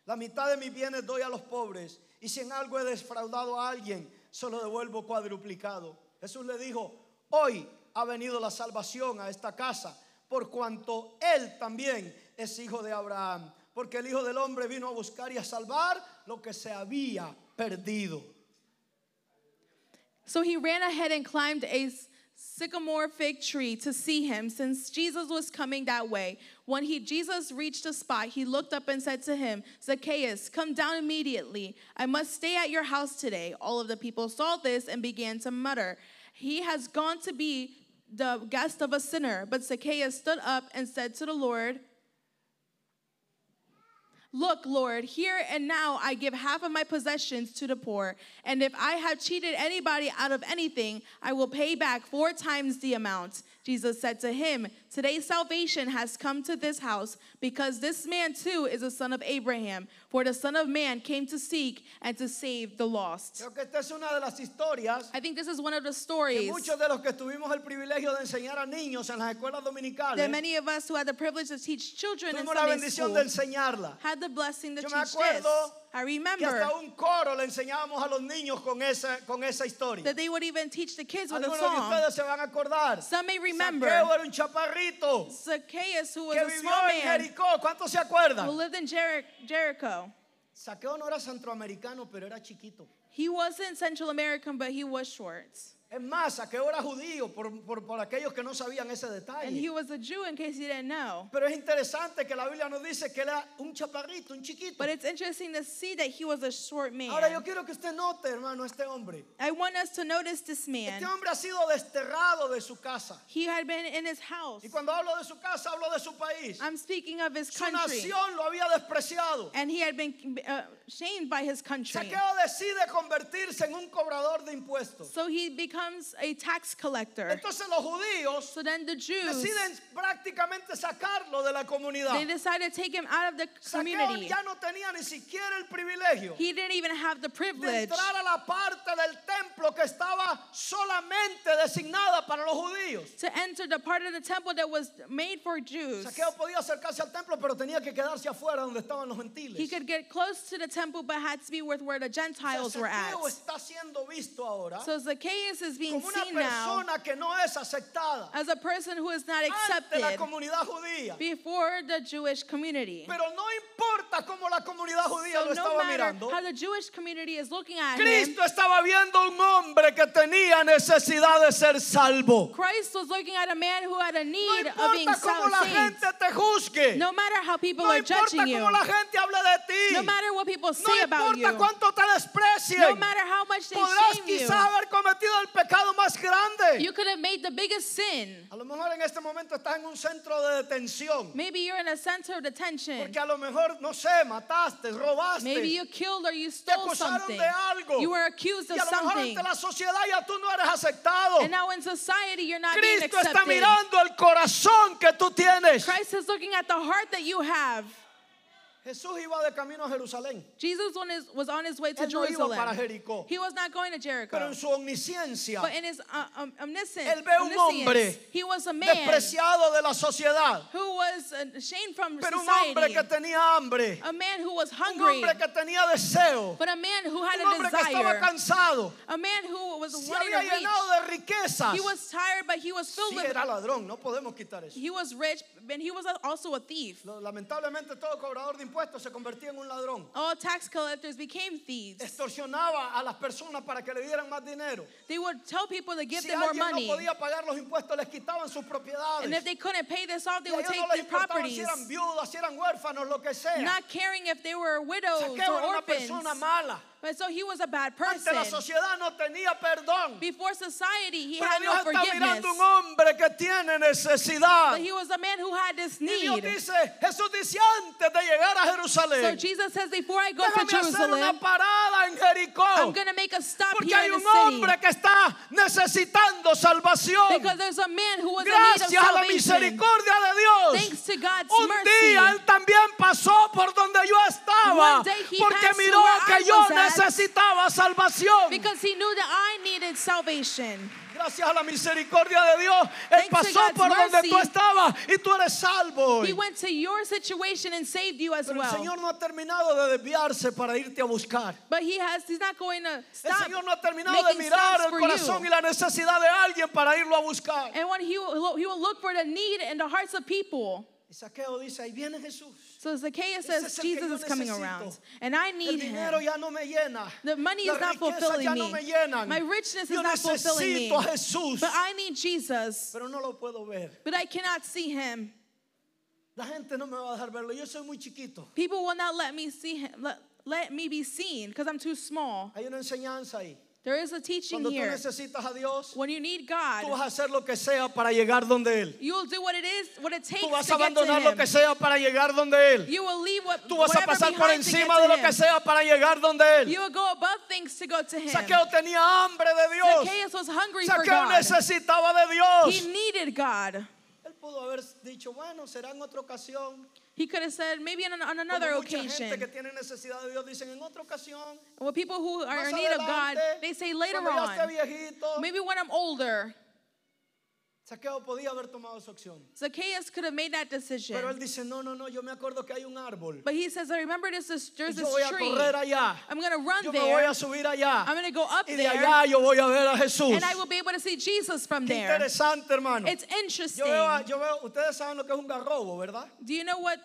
S1: la mitad de mis bienes doy a los pobres, y si en algo he defraudado a alguien, se lo devuelvo cuadruplicado. Jesús le dijo, hoy ha venido la salvación a esta casa, por cuanto él también es hijo de Abraham, porque el Hijo del Hombre vino a buscar y a salvar lo que se había perdido.
S2: So he ran ahead and climbed a sycamore fig tree to see him, since Jesus was coming that way. When he Jesus reached the spot, he looked up and said to him, Zacchaeus, come down immediately. I must stay at your house today. All of the people saw this and began to mutter, He has gone to be the guest of a sinner. But Zacchaeus stood up and said to the Lord, Look, Lord, here and now I give half of my possessions to the poor, and if I have cheated anybody out of anything, I will pay back four times the amount. Jesus said to him, Today salvation has come to this house, because this man too is a son of Abraham. For the Son of Man came to seek and to save the lost.
S1: Creo que esta es una de las historias
S2: I think this is one of the
S1: que
S2: stories
S1: muchos de los que tuvimos el privilegio de enseñar a niños en las escuelas
S2: that
S1: dominicales,
S2: many of us who had the privilege to teach children in
S1: ¿eh? tuvimos la
S2: Sunday
S1: bendición
S2: school
S1: de enseñarla.
S2: had the blessing to
S1: Yo
S2: teach
S1: me
S2: this.
S1: acuerdo
S2: I
S1: Que
S2: remember
S1: hasta un coro le enseñábamos a los niños con esa, con esa historia.
S2: that they would even teach the kids with a
S1: Algunos de
S2: song.
S1: ustedes se van a acordar.
S2: Some may remember
S1: Saqueo era un chaparrito
S2: Zacchaeus, who was
S1: que
S2: a
S1: vivió
S2: small
S1: en
S2: man
S1: Jericó. ¿Cuántos se
S2: who
S1: acuerdan?
S2: lived in Jeri- Jericho.
S1: Saqueo no era centroamericano, pero era chiquito.
S2: He wasn't Central American, but he was short.
S1: Es más, Saqueo era judío, por, por- por aquellos que no sabían ese
S2: And he
S1: detalle.
S2: was a Jew, in case you didn't know.
S1: Pero es interesante que la Biblia nos dice que era un chaparrito, un chiquito.
S2: But it's interesting to see that he was a short
S1: Ahora yo
S2: man.
S1: quiero que usted note, hermano, este hombre.
S2: I want us to notice this man.
S1: Este hombre ha sido desterrado de su casa.
S2: He had been in his house.
S1: Y cuando hablo de su casa, hablo de su país.
S2: I'm speaking of his
S1: Su
S2: country.
S1: nación lo había despreciado.
S2: And he had been uh, shamed by his country.
S1: Saqueo decide convertirse en un cobrador de impuestos.
S2: So he becomes a tax collector.
S1: Entonces los judíos
S2: So then the Jews,
S1: deciden prácticamente sacarlo de la comunidad.
S2: they decided to take him out of the
S1: Saqueo
S2: community.
S1: ya no tenía ni siquiera el privilegio
S2: He didn't even have the
S1: de
S2: privilege
S1: entrar a la parte del templo que estaba solamente designada para los judíos.
S2: to enter the part of the temple that was made for Jews.
S1: Saqueo podía acercarse al templo, pero tenía que quedarse afuera donde estaban los
S2: He
S1: gentiles.
S2: could get close to the temple, but had to be with where the
S1: O sea,
S2: Gentiles were at.
S1: Saqueo está siendo visto ahora
S2: So Zacchaeus is being
S1: como una
S2: seen now
S1: persona que no es aceptada
S2: as a person who is not
S1: ante la
S2: accepted
S1: comunidad judía.
S2: before the Jewish community.
S1: Pero no importa cómo la comunidad judía
S2: So
S1: lo
S2: no
S1: estaba
S2: matter
S1: mirando.
S2: how the Jewish community is looking at him,
S1: Cristo estaba viendo a un hombre que tenía necesidad de ser salvo.
S2: Christ was looking at a man who had a
S1: No
S2: need of being
S1: importa cómo la
S2: saved.
S1: gente te juzgue.
S2: No matter how people
S1: No
S2: are
S1: importa
S2: judging you,
S1: cómo la gente hable de ti.
S2: no matter what people say
S1: No
S2: about you,
S1: importa cuánto te desprecien.
S2: no matter how much they
S1: Podrás
S2: shame you,
S1: quizá haber cometido el pecado más grande.
S2: you could have made the biggest sin.
S1: A lo mejor en este momento estás en un centro de detención.
S2: Maybe you're in a center of detention.
S1: Porque a lo mejor, no sé, mataste, robaste.
S2: Maybe you killed or you stole
S1: acusaron
S2: something.
S1: de algo.
S2: You were accused
S1: y
S2: of
S1: a lo mejor
S2: something.
S1: ante la sociedad ya tú no eres aceptado.
S2: And now in society, you're not being
S1: Cristo está
S2: accepted.
S1: mirando el corazón que tú tienes.
S2: Christ is looking at the heart that you have.
S1: Jesús iba de camino a Jerusalén,
S2: Jesus on his- was on his way to
S1: Él no iba
S2: Jerusalem.
S1: para Jericó.
S2: He was not going to Jericho.
S1: pero en su omnisciencia,
S2: But in his uh, um, omniscience,
S1: Él ve un
S2: omniscience,
S1: hombre
S2: he was a man
S1: despreciado de la sociedad,
S2: who was uh, shamed from
S1: pero un hombre
S2: society,
S1: que tenía hambre,
S2: a man who was
S1: un
S2: hungry,
S1: hombre que tenía deseo,
S2: but a man who had
S1: un
S2: a
S1: hombre que estaba
S2: desire,
S1: cansado,
S2: a man who was
S1: se
S2: wanting to
S1: había
S2: reach.
S1: llenado de riquezas.
S2: He was tired, but he was filled
S1: Sí
S2: with.
S1: era ladrón, no podemos quitar eso.
S2: He was rich, and he was also a thief.
S1: Lo- Lamentablemente todo cobrador de impuestos se convertía en un ladrón.
S2: All tax collectors became thieves.
S1: Extorsionaba a las personas para que le dieran más dinero.
S2: They would tell people to give
S1: si
S2: them more
S1: alguien
S2: money,
S1: no podía pagar los impuestos, les quitaban sus propiedades.
S2: and if they couldn't pay this off, they
S1: Y a
S2: would
S1: ellos
S2: take
S1: no les
S2: their
S1: importaba
S2: properties,
S1: si eran viudas, si eran huérfanos, lo que sea.
S2: not caring if they were widows
S1: Saqueo
S2: or
S1: era una
S2: orphans.
S1: persona mala.
S2: But so he was a bad
S1: Ante la
S2: person.
S1: sociedad no tenía perdón.
S2: Before society, he
S1: Pero
S2: had
S1: Dios
S2: no
S1: está mirando un
S2: forgiveness.
S1: hombre que tiene necesidad.
S2: But he was a man who had this
S1: Y Dios
S2: need.
S1: dice, Jesús dice antes de llegar a
S2: So
S1: Jerusalén,
S2: Jesus says, before I go to
S1: déjame hacer una
S2: Jerusalem,
S1: parada en
S2: I'm
S1: Jericó.
S2: going to make a stop
S1: Porque
S2: here
S1: hay
S2: in the
S1: un
S2: city.
S1: hombre que está necesitando salvación.
S2: Because there's a man who was in need of
S1: Gracias a la
S2: salvation.
S1: misericordia de Dios.
S2: Thanks to God's
S1: Un día
S2: mercy.
S1: él también pasó por donde yo estaba
S2: One day he
S1: porque
S2: passed
S1: miró
S2: where
S1: que
S2: I
S1: yo
S2: was at.
S1: necesitaba salvación.
S2: Because he knew that I needed salvation.
S1: Gracias a la misericordia de Dios, él
S2: Thanks to
S1: pasó
S2: God's
S1: por donde tú
S2: mercy.
S1: estabas y tú eres salvo. hoy.
S2: He went to your situation and saved you as
S1: Pero el
S2: well.
S1: Señor no ha terminado de desviarse para irte a buscar.
S2: But he has, he's not going to
S1: El
S2: stop
S1: Señor no ha terminado de
S2: making
S1: mirar
S2: stops
S1: el
S2: for
S1: corazón y
S2: you.
S1: la necesidad de alguien para irlo a buscar.
S2: And when he will, look- he will look for the need in the hearts of people.
S1: Y Saqueo dice, ahí viene Jesús.
S2: So Zacchaeus
S1: Ese
S2: says,
S1: es el que
S2: Jesus
S1: yo
S2: is coming
S1: necesito.
S2: around, and I
S1: El
S2: need
S1: dinero
S2: him.
S1: ya no me llena.
S2: The money
S1: Las
S2: is not
S1: riquezas
S2: fulfilling
S1: ya no
S2: me.
S1: me llenan.
S2: My richness
S1: Yo
S2: is not fulfilling me.
S1: necesito a Jesús.
S2: But I need Jesus,
S1: pero no lo puedo ver.
S2: but I cannot see him.
S1: La gente no me va a dejar verlo. Yo soy muy chiquito.
S2: People will not let me see him. Let, let me be seen because I'm too small.
S1: Hay una enseñanza ahí.
S2: There is a teaching
S1: Cuando tú
S2: here.
S1: necesitas a Dios,
S2: When you
S1: tú
S2: need God,
S1: vas a hacer lo que sea para llegar donde Él.
S2: you'll do what it is, what it takes
S1: Tú vas a
S2: to get to
S1: abandonar lo que
S2: him.
S1: sea para llegar donde Él.
S2: You will leave what
S1: Tú vas a
S2: whatever
S1: pasar por
S2: behind to get
S1: encima de
S2: to
S1: lo que
S2: him.
S1: sea para llegar donde Él.
S2: You will go above things to go to him.
S1: Saqueo tenía hambre de Dios.
S2: Zacchaeus was hungry for
S1: Saqueo
S2: God.
S1: necesitaba de
S2: He
S1: Dios.
S2: needed God.
S1: Él pudo haber dicho, bueno, será en otra ocasión.
S2: He could have said, maybe on, an- on
S1: Como
S2: another
S1: mucha gente que
S2: occasion.
S1: tiene necesidad de Dios dicen en otra ocasión.
S2: Well, people who are
S1: más
S2: in need of God,
S1: adelante,
S2: they say later
S1: cuando ya esté
S2: on,
S1: viejito.
S2: maybe when I'm older.
S1: Saqueo podía haber tomado su opción.
S2: Zacchaeus could have made that decision.
S1: Pero él dice, no, no, no, yo me acuerdo que hay un árbol.
S2: But he says, I remember this, this
S1: Y
S2: there's
S1: yo
S2: this
S1: voy a
S2: tree.
S1: correr allá.
S2: I'm going to run
S1: Yo me voy
S2: there.
S1: a subir allá.
S2: I'm going to go up
S1: Y de
S2: there.
S1: allá yo voy a ver a Jesús.
S2: And I will be able to see Jesus from
S1: Qué
S2: there.
S1: interesante, hermano.
S2: It's
S1: Yo veo, a-
S2: interesting.
S1: yo veo, ustedes saben lo que es un garrobo, ¿verdad?
S2: Do you know what,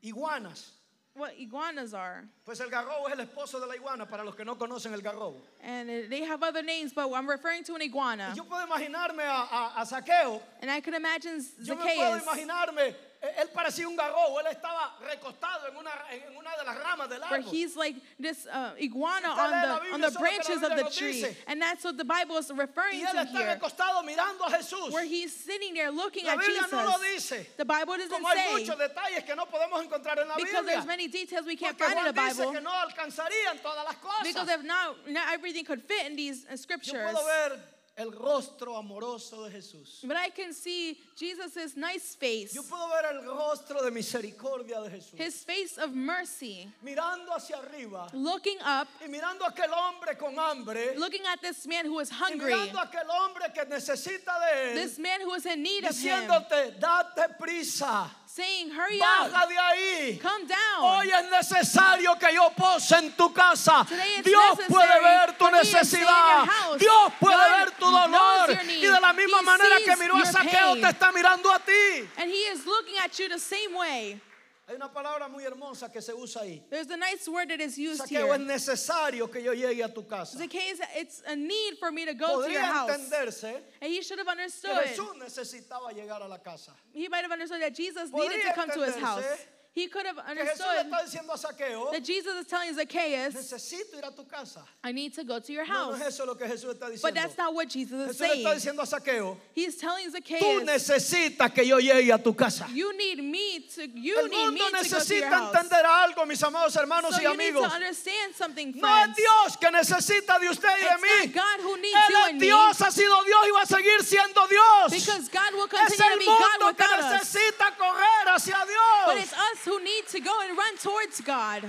S1: Iguanas.
S2: what iguanas are?
S1: Pues el garrobo es el esposo de la iguana, para los que no conocen el garrobo.
S2: And it- they have other names, but I'm referring to an iguana.
S1: Y yo puedo imaginarme a, a, a Saqueo.
S2: And I can imagine
S1: Yo me puedo
S2: Zacchaeus,
S1: imaginarme, eh, él parecía un garrobo, él estaba recostado en una, en una de las ramas del
S2: where
S1: árbol.
S2: he's like this uh, iguana
S1: Si usted
S2: on
S1: lee la
S2: the, on
S1: Biblia,
S2: the
S1: eso es lo que la
S2: branches
S1: Biblia
S2: of the
S1: nos
S2: tree.
S1: dice.
S2: And that's what the Bible is referring
S1: y él
S2: to
S1: está
S2: here,
S1: recostado mirando a Jesús.
S2: where he's sitting there looking
S1: La
S2: at
S1: Biblia no lo
S2: Jesus.
S1: dice.
S2: The Bible doesn't
S1: Como hay
S2: say,
S1: muchos detalles que no podemos encontrar en la
S2: because
S1: Biblia.
S2: there's many details we can't
S1: Porque
S2: find in the
S1: Juan dice
S2: Bible.
S1: que no alcanzarían todas las
S2: Because
S1: cosas.
S2: if not, not everything could fit in these uh,
S1: Yo
S2: scriptures.
S1: puedo ver el rostro amoroso de Jesús.
S2: But I can see Jesus' nice face,
S1: Yo puedo ver el rostro de misericordia de Jesús.
S2: his face of mercy,
S1: Mirando hacia arriba
S2: looking up,
S1: y mirando a aquel hombre con hambre.
S2: looking at this man who is
S1: Y
S2: hungry,
S1: mirando a aquel hombre que necesita de él.
S2: this man who is in need of him,
S1: Diciéndote, date prisa.
S2: saying, Hurry up,
S1: Baja de ahí.
S2: come
S1: Hoy
S2: down.
S1: es necesario que yo pose en tu casa.
S2: Today it's
S1: Dios
S2: necessary
S1: puede ver tu
S2: for me to stay in your
S1: necesidad.
S2: house.
S1: Dios puede
S2: God
S1: ver tu
S2: knows
S1: dolor.
S2: your need.
S1: Y de la misma
S2: He
S1: manera que
S2: sees
S1: miró a
S2: your
S1: Saqueo,
S2: pain.
S1: te está mirando a ti.
S2: And he is looking at you the same way.
S1: Hay una palabra muy hermosa que se usa ahí.
S2: There's a nice word that is used
S1: Saqueo, es
S2: here.
S1: necesario que yo llegue a tu casa.
S2: Zacchaeus, it's a need for me to go to your
S1: Podría
S2: house.
S1: entenderse
S2: And he should have
S1: que
S2: understood.
S1: Jesús necesitaba llegar a la casa.
S2: He might have understood that Jesus
S1: Podría
S2: needed to come to his house.
S1: entenderse
S2: He could have
S1: Que Jesús le
S2: understood
S1: está diciendo a Saqueo,
S2: that Jesus is telling Zacchaeus,
S1: necesito ir a tu casa.
S2: I need to go to your
S1: No, no
S2: house.
S1: es eso lo que Jesús está
S2: But that's
S1: diciendo.
S2: not what Jesus
S1: Jesús
S2: is
S1: le está
S2: saying.
S1: diciendo a Saqueo,
S2: He's telling
S1: tú
S2: Zacchaeus,
S1: necesitas que yo llegue a tu casa.
S2: you need me to you
S1: El
S2: need
S1: mundo
S2: me to go to your
S1: necesita
S2: house.
S1: entender algo, mis amados hermanos y
S2: So you need to
S1: amigos.
S2: understand something,
S1: No es
S2: friends.
S1: Dios que necesita de usted y de
S2: It's
S1: mí.
S2: not God who needs you
S1: Él
S2: and
S1: es
S2: me
S1: Dios, ha sido Dios y va a seguir siendo Dios.
S2: because God will
S1: Es el
S2: continue to be God
S1: mundo que
S2: without us.
S1: necesita correr hacia
S2: But it's
S1: Dios.
S2: us who need to go and run towards God.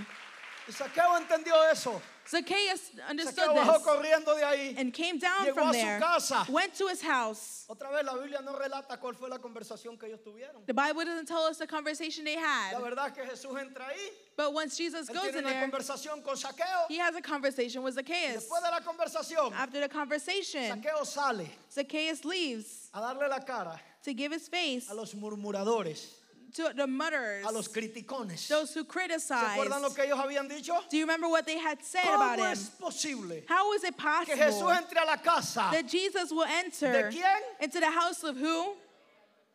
S1: Y Saqueo entendió eso.
S2: Zacchaeus understood
S1: Saqueo bajó
S2: this.
S1: corriendo de ahí.
S2: and came down
S1: Llegó a
S2: from
S1: su
S2: there,
S1: casa.
S2: went to his house.
S1: Otra vez la Biblia no relata cuál fue la conversación que ellos tuvieron.
S2: The Bible doesn't tell us the conversation they
S1: La
S2: had,
S1: verdad es que Jesús entra ahí.
S2: but once Jesus
S1: Él
S2: goes
S1: tiene
S2: in
S1: una
S2: there,
S1: conversación con Saqueo.
S2: he has a conversation with Zacchaeus.
S1: Después de la conversación,
S2: After the conversation,
S1: Saqueo sale
S2: Zacchaeus leaves
S1: a darle la cara
S2: to give his face
S1: a los murmuradores.
S2: to the mutterers,
S1: a los criticones. ¿Se
S2: those who criticize.
S1: acuerdan lo que ellos habían dicho?
S2: Do you remember what they had said about
S1: ¿Cómo
S2: him?
S1: es posible
S2: How is it
S1: que Jesús
S2: possible
S1: entre a la casa?
S2: that Jesus will enter
S1: ¿De quién?
S2: into the house of who?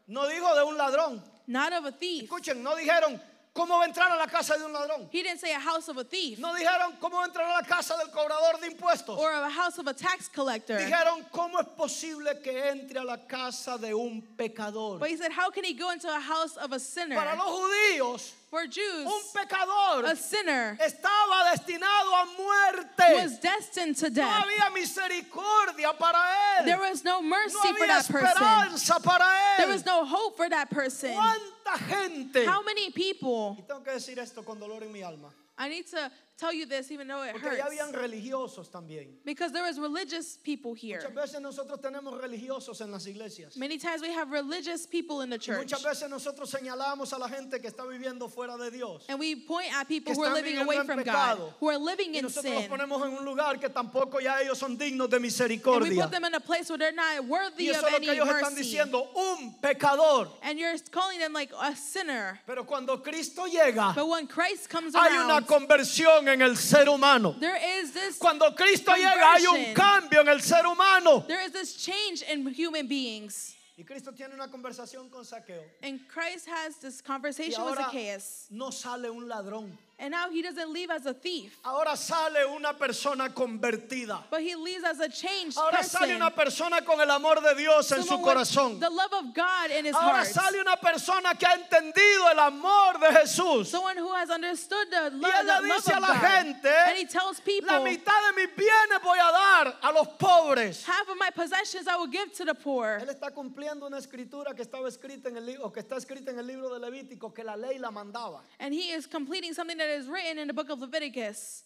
S1: No dijo de un ladrón.
S2: Not of a thief.
S1: Escuchen, no dijeron cómo va a entrar a la casa de un ladrón.
S2: He didn't say a house of a thief
S1: No dijeron cómo va a entrar a la casa del cobrador de impuestos.
S2: or of a house of a tax collector.
S1: Dijeron cómo es posible que entre a la casa de un pecador.
S2: But he said, How can he go into a house of a sinner?
S1: Para los judíos,
S2: For Jews,
S1: un pecador
S2: a sinner
S1: estaba destinado a
S2: was
S1: muerte.
S2: destined to
S1: No
S2: death.
S1: había misericordia para él.
S2: There was no mercy
S1: No
S2: for
S1: había
S2: that person.
S1: esperanza para él.
S2: There was no hope for that person.
S1: ¿Cuánta gente?
S2: How many people?
S1: Y tengo que decir esto con dolor en mi alma.
S2: I need to tell you this, even though it
S1: Porque allá
S2: hurts,
S1: habían religiosos también.
S2: because there was religious people here.
S1: Muchas veces nosotros tenemos religiosos en las iglesias. Y
S2: Many times we have religious people in the church,
S1: Muchas veces nosotros señalamos a la gente que está viviendo fuera de Dios.
S2: and we point at
S1: que
S2: people who are
S1: están
S2: living
S1: viviendo
S2: away
S1: en
S2: from
S1: pecado.
S2: God, who are living
S1: Y
S2: in
S1: nosotros los
S2: sin,
S1: ponemos en un lugar que tampoco ya ellos son dignos de
S2: and we
S1: misericordia.
S2: put them in a place where they're not
S1: Y
S2: worthy of
S1: eso es lo
S2: any
S1: que ellos están
S2: mercy.
S1: diciendo, un pecador.
S2: And you're calling them like a sinner.
S1: Pero cuando Cristo llega,
S2: But when Christ comes
S1: hay una
S2: around,
S1: conversión en el ser humano.
S2: there is this
S1: Cuando Cristo llega, hay un
S2: Conversion.
S1: cambio en el ser humano.
S2: there is this change in human beings.
S1: Y Cristo tiene una conversación con Saqueo.
S2: And Christ has this
S1: Y
S2: conversation with
S1: ahora
S2: Zacchaeus.
S1: no sale un ladrón.
S2: And now he doesn't leave as a thief,
S1: Ahora sale una persona convertida.
S2: but he leaves as a changed
S1: Ahora sale
S2: person.
S1: una persona con el amor de Dios en su
S2: Someone with
S1: corazón.
S2: The love of God in his
S1: Ahora
S2: heart.
S1: sale una persona que ha entendido el amor de Jesús.
S2: Someone who has understood the love,
S1: él le
S2: the love
S1: dice a
S2: of
S1: la
S2: God.
S1: gente,
S2: and he tells people,
S1: La mitad de mis bienes voy a dar a los pobres.
S2: half of my possessions I will give to the poor.
S1: Él está cumpliendo una escritura que estaba escrita en el libro que está escrita en el libro de Levítico que la ley la mandaba.
S2: And he is completing something that is written in the book of Leviticus.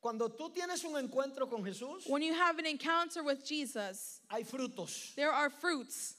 S1: Cuando tú tienes un encuentro con Jesús,
S2: When you have an encounter with Jesus,
S1: hay frutos.
S2: there are fruits.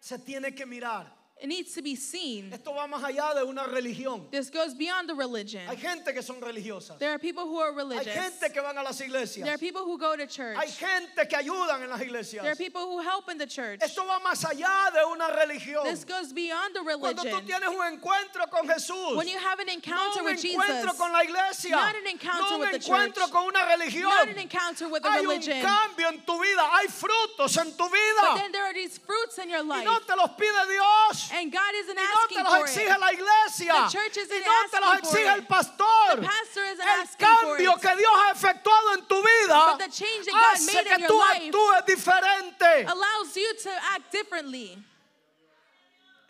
S1: Se tiene que mirar.
S2: It needs to be seen.
S1: Esto va más allá de una religión.
S2: This goes beyond the religion.
S1: Hay gente que son religiosas.
S2: There are people who are
S1: Hay
S2: religious.
S1: gente que van a las
S2: There are
S1: iglesias.
S2: people who go to church.
S1: Hay gente que ayudan en las
S2: There are
S1: iglesias.
S2: people who help in the church.
S1: Esto va más allá de una religión.
S2: This goes beyond the
S1: Cuando tú
S2: religion.
S1: tienes un encuentro con Jesús,
S2: When you have an
S1: no
S2: encounter
S1: un
S2: with Jesus,
S1: encuentro con la iglesia,
S2: Not an encounter
S1: no un
S2: with the
S1: encuentro
S2: church.
S1: con una religión,
S2: not an encounter with a
S1: hay un
S2: religion,
S1: cambio en tu vida, hay frutos en tu
S2: but
S1: vida
S2: then there are these fruits in your
S1: y
S2: life.
S1: no te los pide Dios.
S2: And God isn't
S1: Y
S2: asking
S1: no te los
S2: for
S1: exige
S2: it.
S1: la iglesia.
S2: The church
S1: Y
S2: isn't
S1: no te los
S2: asking for
S1: exige
S2: it.
S1: el pastor.
S2: The pastor isn't
S1: el
S2: asking for
S1: cambio
S2: it.
S1: que Dios ha efectuado en tu vida
S2: But the change that God
S1: hace
S2: made in
S1: que
S2: your
S1: tú
S2: life
S1: actúes diferente.
S2: Allows you to act differently.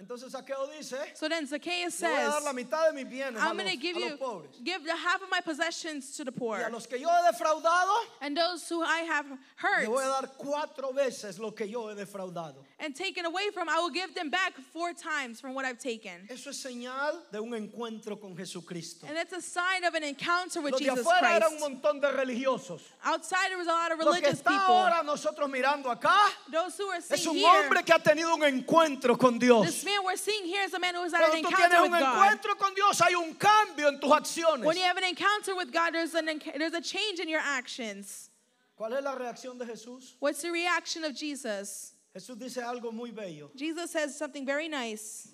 S1: Entonces Saqueo dice,
S2: So then Zacchaeus
S1: yo voy a
S2: says,
S1: dar la mitad de mis bienes a
S2: I'm
S1: los,
S2: going to give
S1: a los
S2: you
S1: pobres.
S2: give the half of my possessions to the
S1: Y a
S2: poor.
S1: los que yo he defraudado,
S2: And those who I have
S1: le voy a
S2: hurt
S1: dar cuatro veces lo que yo he defraudado.
S2: and taken away from, I will give them back four times from what I've taken.
S1: Eso es señal de un encuentro con Jesucristo.
S2: And that's a sign of an encounter with
S1: Los de
S2: Jesus
S1: afuera era un
S2: Christ.
S1: montón de religiosos.
S2: Outside there was a lot of
S1: Lo que
S2: religious
S1: está
S2: people.
S1: ahora nosotros mirando acá
S2: Those who are
S1: es
S2: seeing
S1: un
S2: here,
S1: hombre que ha tenido un encuentro con Dios.
S2: this man we're seeing here is a man who has had an
S1: Cuando tú tienes
S2: encounter with
S1: un
S2: God.
S1: encuentro con Dios, hay un cambio en tus
S2: When
S1: acciones.
S2: you have an encounter with God, there's, an, enc- there's a change in your actions.
S1: ¿Cuál es la reacción de Jesús?
S2: What's the reaction of Jesus?
S1: Jesús dice algo muy bello.
S2: Jesus says something very nice.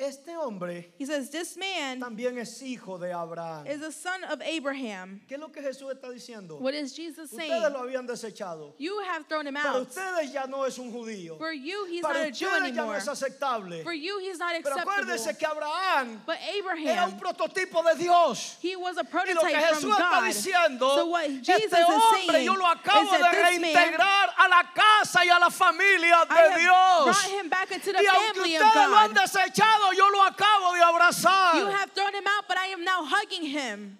S1: Este hombre
S2: He says, This man
S1: también es hijo de Abraham.
S2: is a son of Abraham.
S1: ¿Qué es lo que Jesús está diciendo?
S2: What is Jesus saying?
S1: Ustedes lo habían desechado.
S2: You have thrown him
S1: Para
S2: out.
S1: ustedes ya no es un judío.
S2: For you, he's
S1: Para
S2: not a Jew
S1: ustedes ya no
S2: anymore.
S1: es aceptable.
S2: For you, he's not
S1: Pero
S2: acceptable.
S1: acuérdese que Abraham
S2: But
S1: era un
S2: Abraham,
S1: prototipo de Dios.
S2: he was a
S1: Y lo que
S2: prototype from
S1: Jesús está
S2: God.
S1: diciendo,
S2: So what Jesus is
S1: este hombre
S2: saying
S1: yo lo
S2: is
S1: acabo de
S2: that this man,
S1: reintegrar a la casa y a la familia
S2: I
S1: de
S2: have brought
S1: Dios.
S2: him back into the
S1: Y aunque
S2: family of
S1: ustedes lo han
S2: God.
S1: desechado, yo lo acabo de
S2: You
S1: abrazar.
S2: have thrown him out, but I am now hugging him.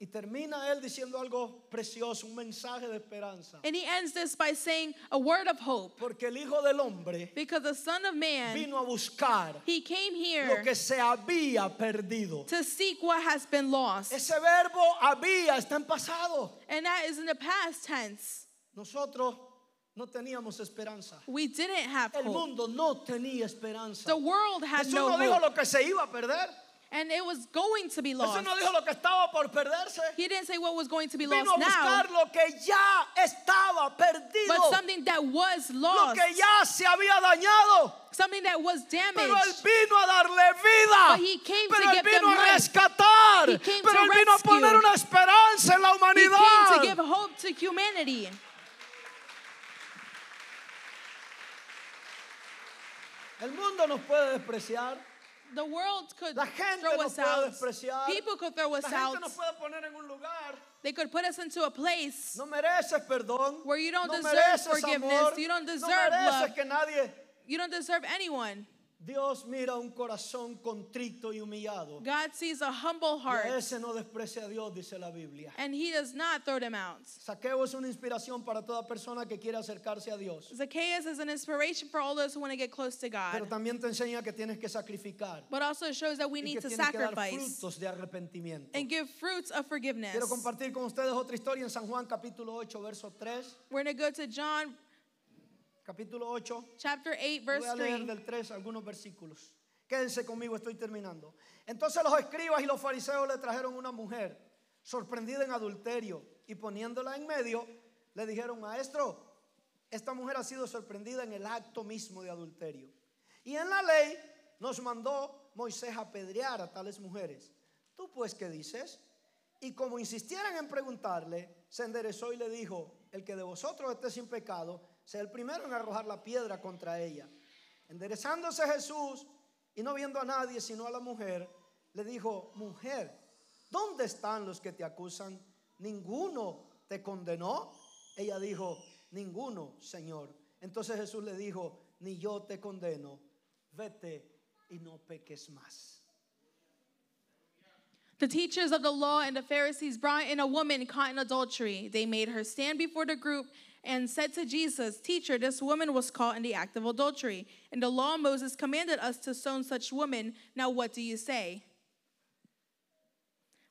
S1: Y termina él diciendo algo precioso, un mensaje de esperanza.
S2: And he ends this by saying a word of hope.
S1: Porque el Hijo del Hombre
S2: Because the Son of Man,
S1: vino a buscar
S2: he came
S1: lo
S2: here
S1: que se había perdido.
S2: to seek what has been lost.
S1: Ese verbo había está en pasado.
S2: And that is in the past tense.
S1: Nosotros no teníamos esperanza.
S2: We didn't have
S1: El
S2: hope.
S1: mundo no tenía esperanza.
S2: The world had
S1: Jesús
S2: Ah, no
S1: no dijo
S2: hope.
S1: lo que se iba a perder.
S2: And it was going to be
S1: Jesús
S2: lost.
S1: no dijo lo que estaba por perderse.
S2: He didn't say what was going to be
S1: Vino a
S2: lost now,
S1: buscar lo que ya estaba perdido.
S2: but something that was
S1: Lo
S2: lost,
S1: que ya se había dañado.
S2: something that was
S1: Pero Él
S2: damaged.
S1: vino a darle vida.
S2: But he came to
S1: Pero Él
S2: give them
S1: vino a
S2: life.
S1: rescatar.
S2: He came
S1: Pero
S2: to
S1: Él vino a
S2: rescue.
S1: poner una esperanza en la
S2: He came to
S1: humanidad.
S2: give hope to humanity.
S1: El mundo nos puede despreciar.
S2: The world could
S1: La gente
S2: throw
S1: nos
S2: us
S1: puede
S2: out.
S1: despreciar.
S2: People could throw us
S1: La
S2: out.
S1: gente nos puede poner en un lugar.
S2: They could put us into a place
S1: No mereces perdón.
S2: Where you don't
S1: no
S2: deserve
S1: mereces
S2: forgiveness.
S1: amor.
S2: You don't
S1: no
S2: deserve
S1: mereces
S2: love.
S1: que nadie
S2: you don't deserve anyone.
S1: Dios mira un corazón contrito y humillado.
S2: God sees a
S1: Y
S2: humble
S1: a
S2: heart,
S1: ese no desprecia a Dios, dice la Biblia.
S2: and He does not throw them out.
S1: Saqueo es una inspiración para toda persona que quiere acercarse a Dios.
S2: Zacchaeus is an inspiration for all those who want to get close to
S1: Pero
S2: God,
S1: también te enseña que tienes que sacrificar
S2: but also it shows that we
S1: y que
S2: need to
S1: tienes que dar
S2: sacrifice
S1: frutos de arrepentimiento.
S2: and give fruits of forgiveness.
S1: Quiero compartir con ustedes otra historia en San Juan capítulo 8, verso 3.
S2: We're going to go to John
S1: Capítulo 8,
S2: chapter 8, verse
S1: Voy a leer
S2: 3.
S1: del 3 algunos versículos. Quédense conmigo, estoy terminando. Entonces los escribas y los fariseos le trajeron una mujer sorprendida en adulterio y poniéndola en medio, le dijeron, maestro, esta mujer ha sido sorprendida en el acto mismo de adulterio. Y en la ley nos mandó Moisés apedrear a tales mujeres. ¿Tú pues qué dices? Y como insistieran en preguntarle, se enderezó y le dijo, el que de vosotros esté sin pecado, sea el primero en arrojar la piedra contra ella. Enderezándose Jesús y no viendo a nadie sino a la mujer, le dijo, mujer, ¿dónde están los que te acusan? ¿Ninguno te condenó? Ella dijo, ninguno, Señor. Entonces Jesús le dijo, ni yo te condeno, vete y no peques más.
S2: The teachers of the law and the Pharisees brought in a woman caught in adultery. They made her stand before the group and said to Jesus, Teacher, this woman was caught in the act of adultery. And the law of Moses commanded us to stone such women. Now what do you say?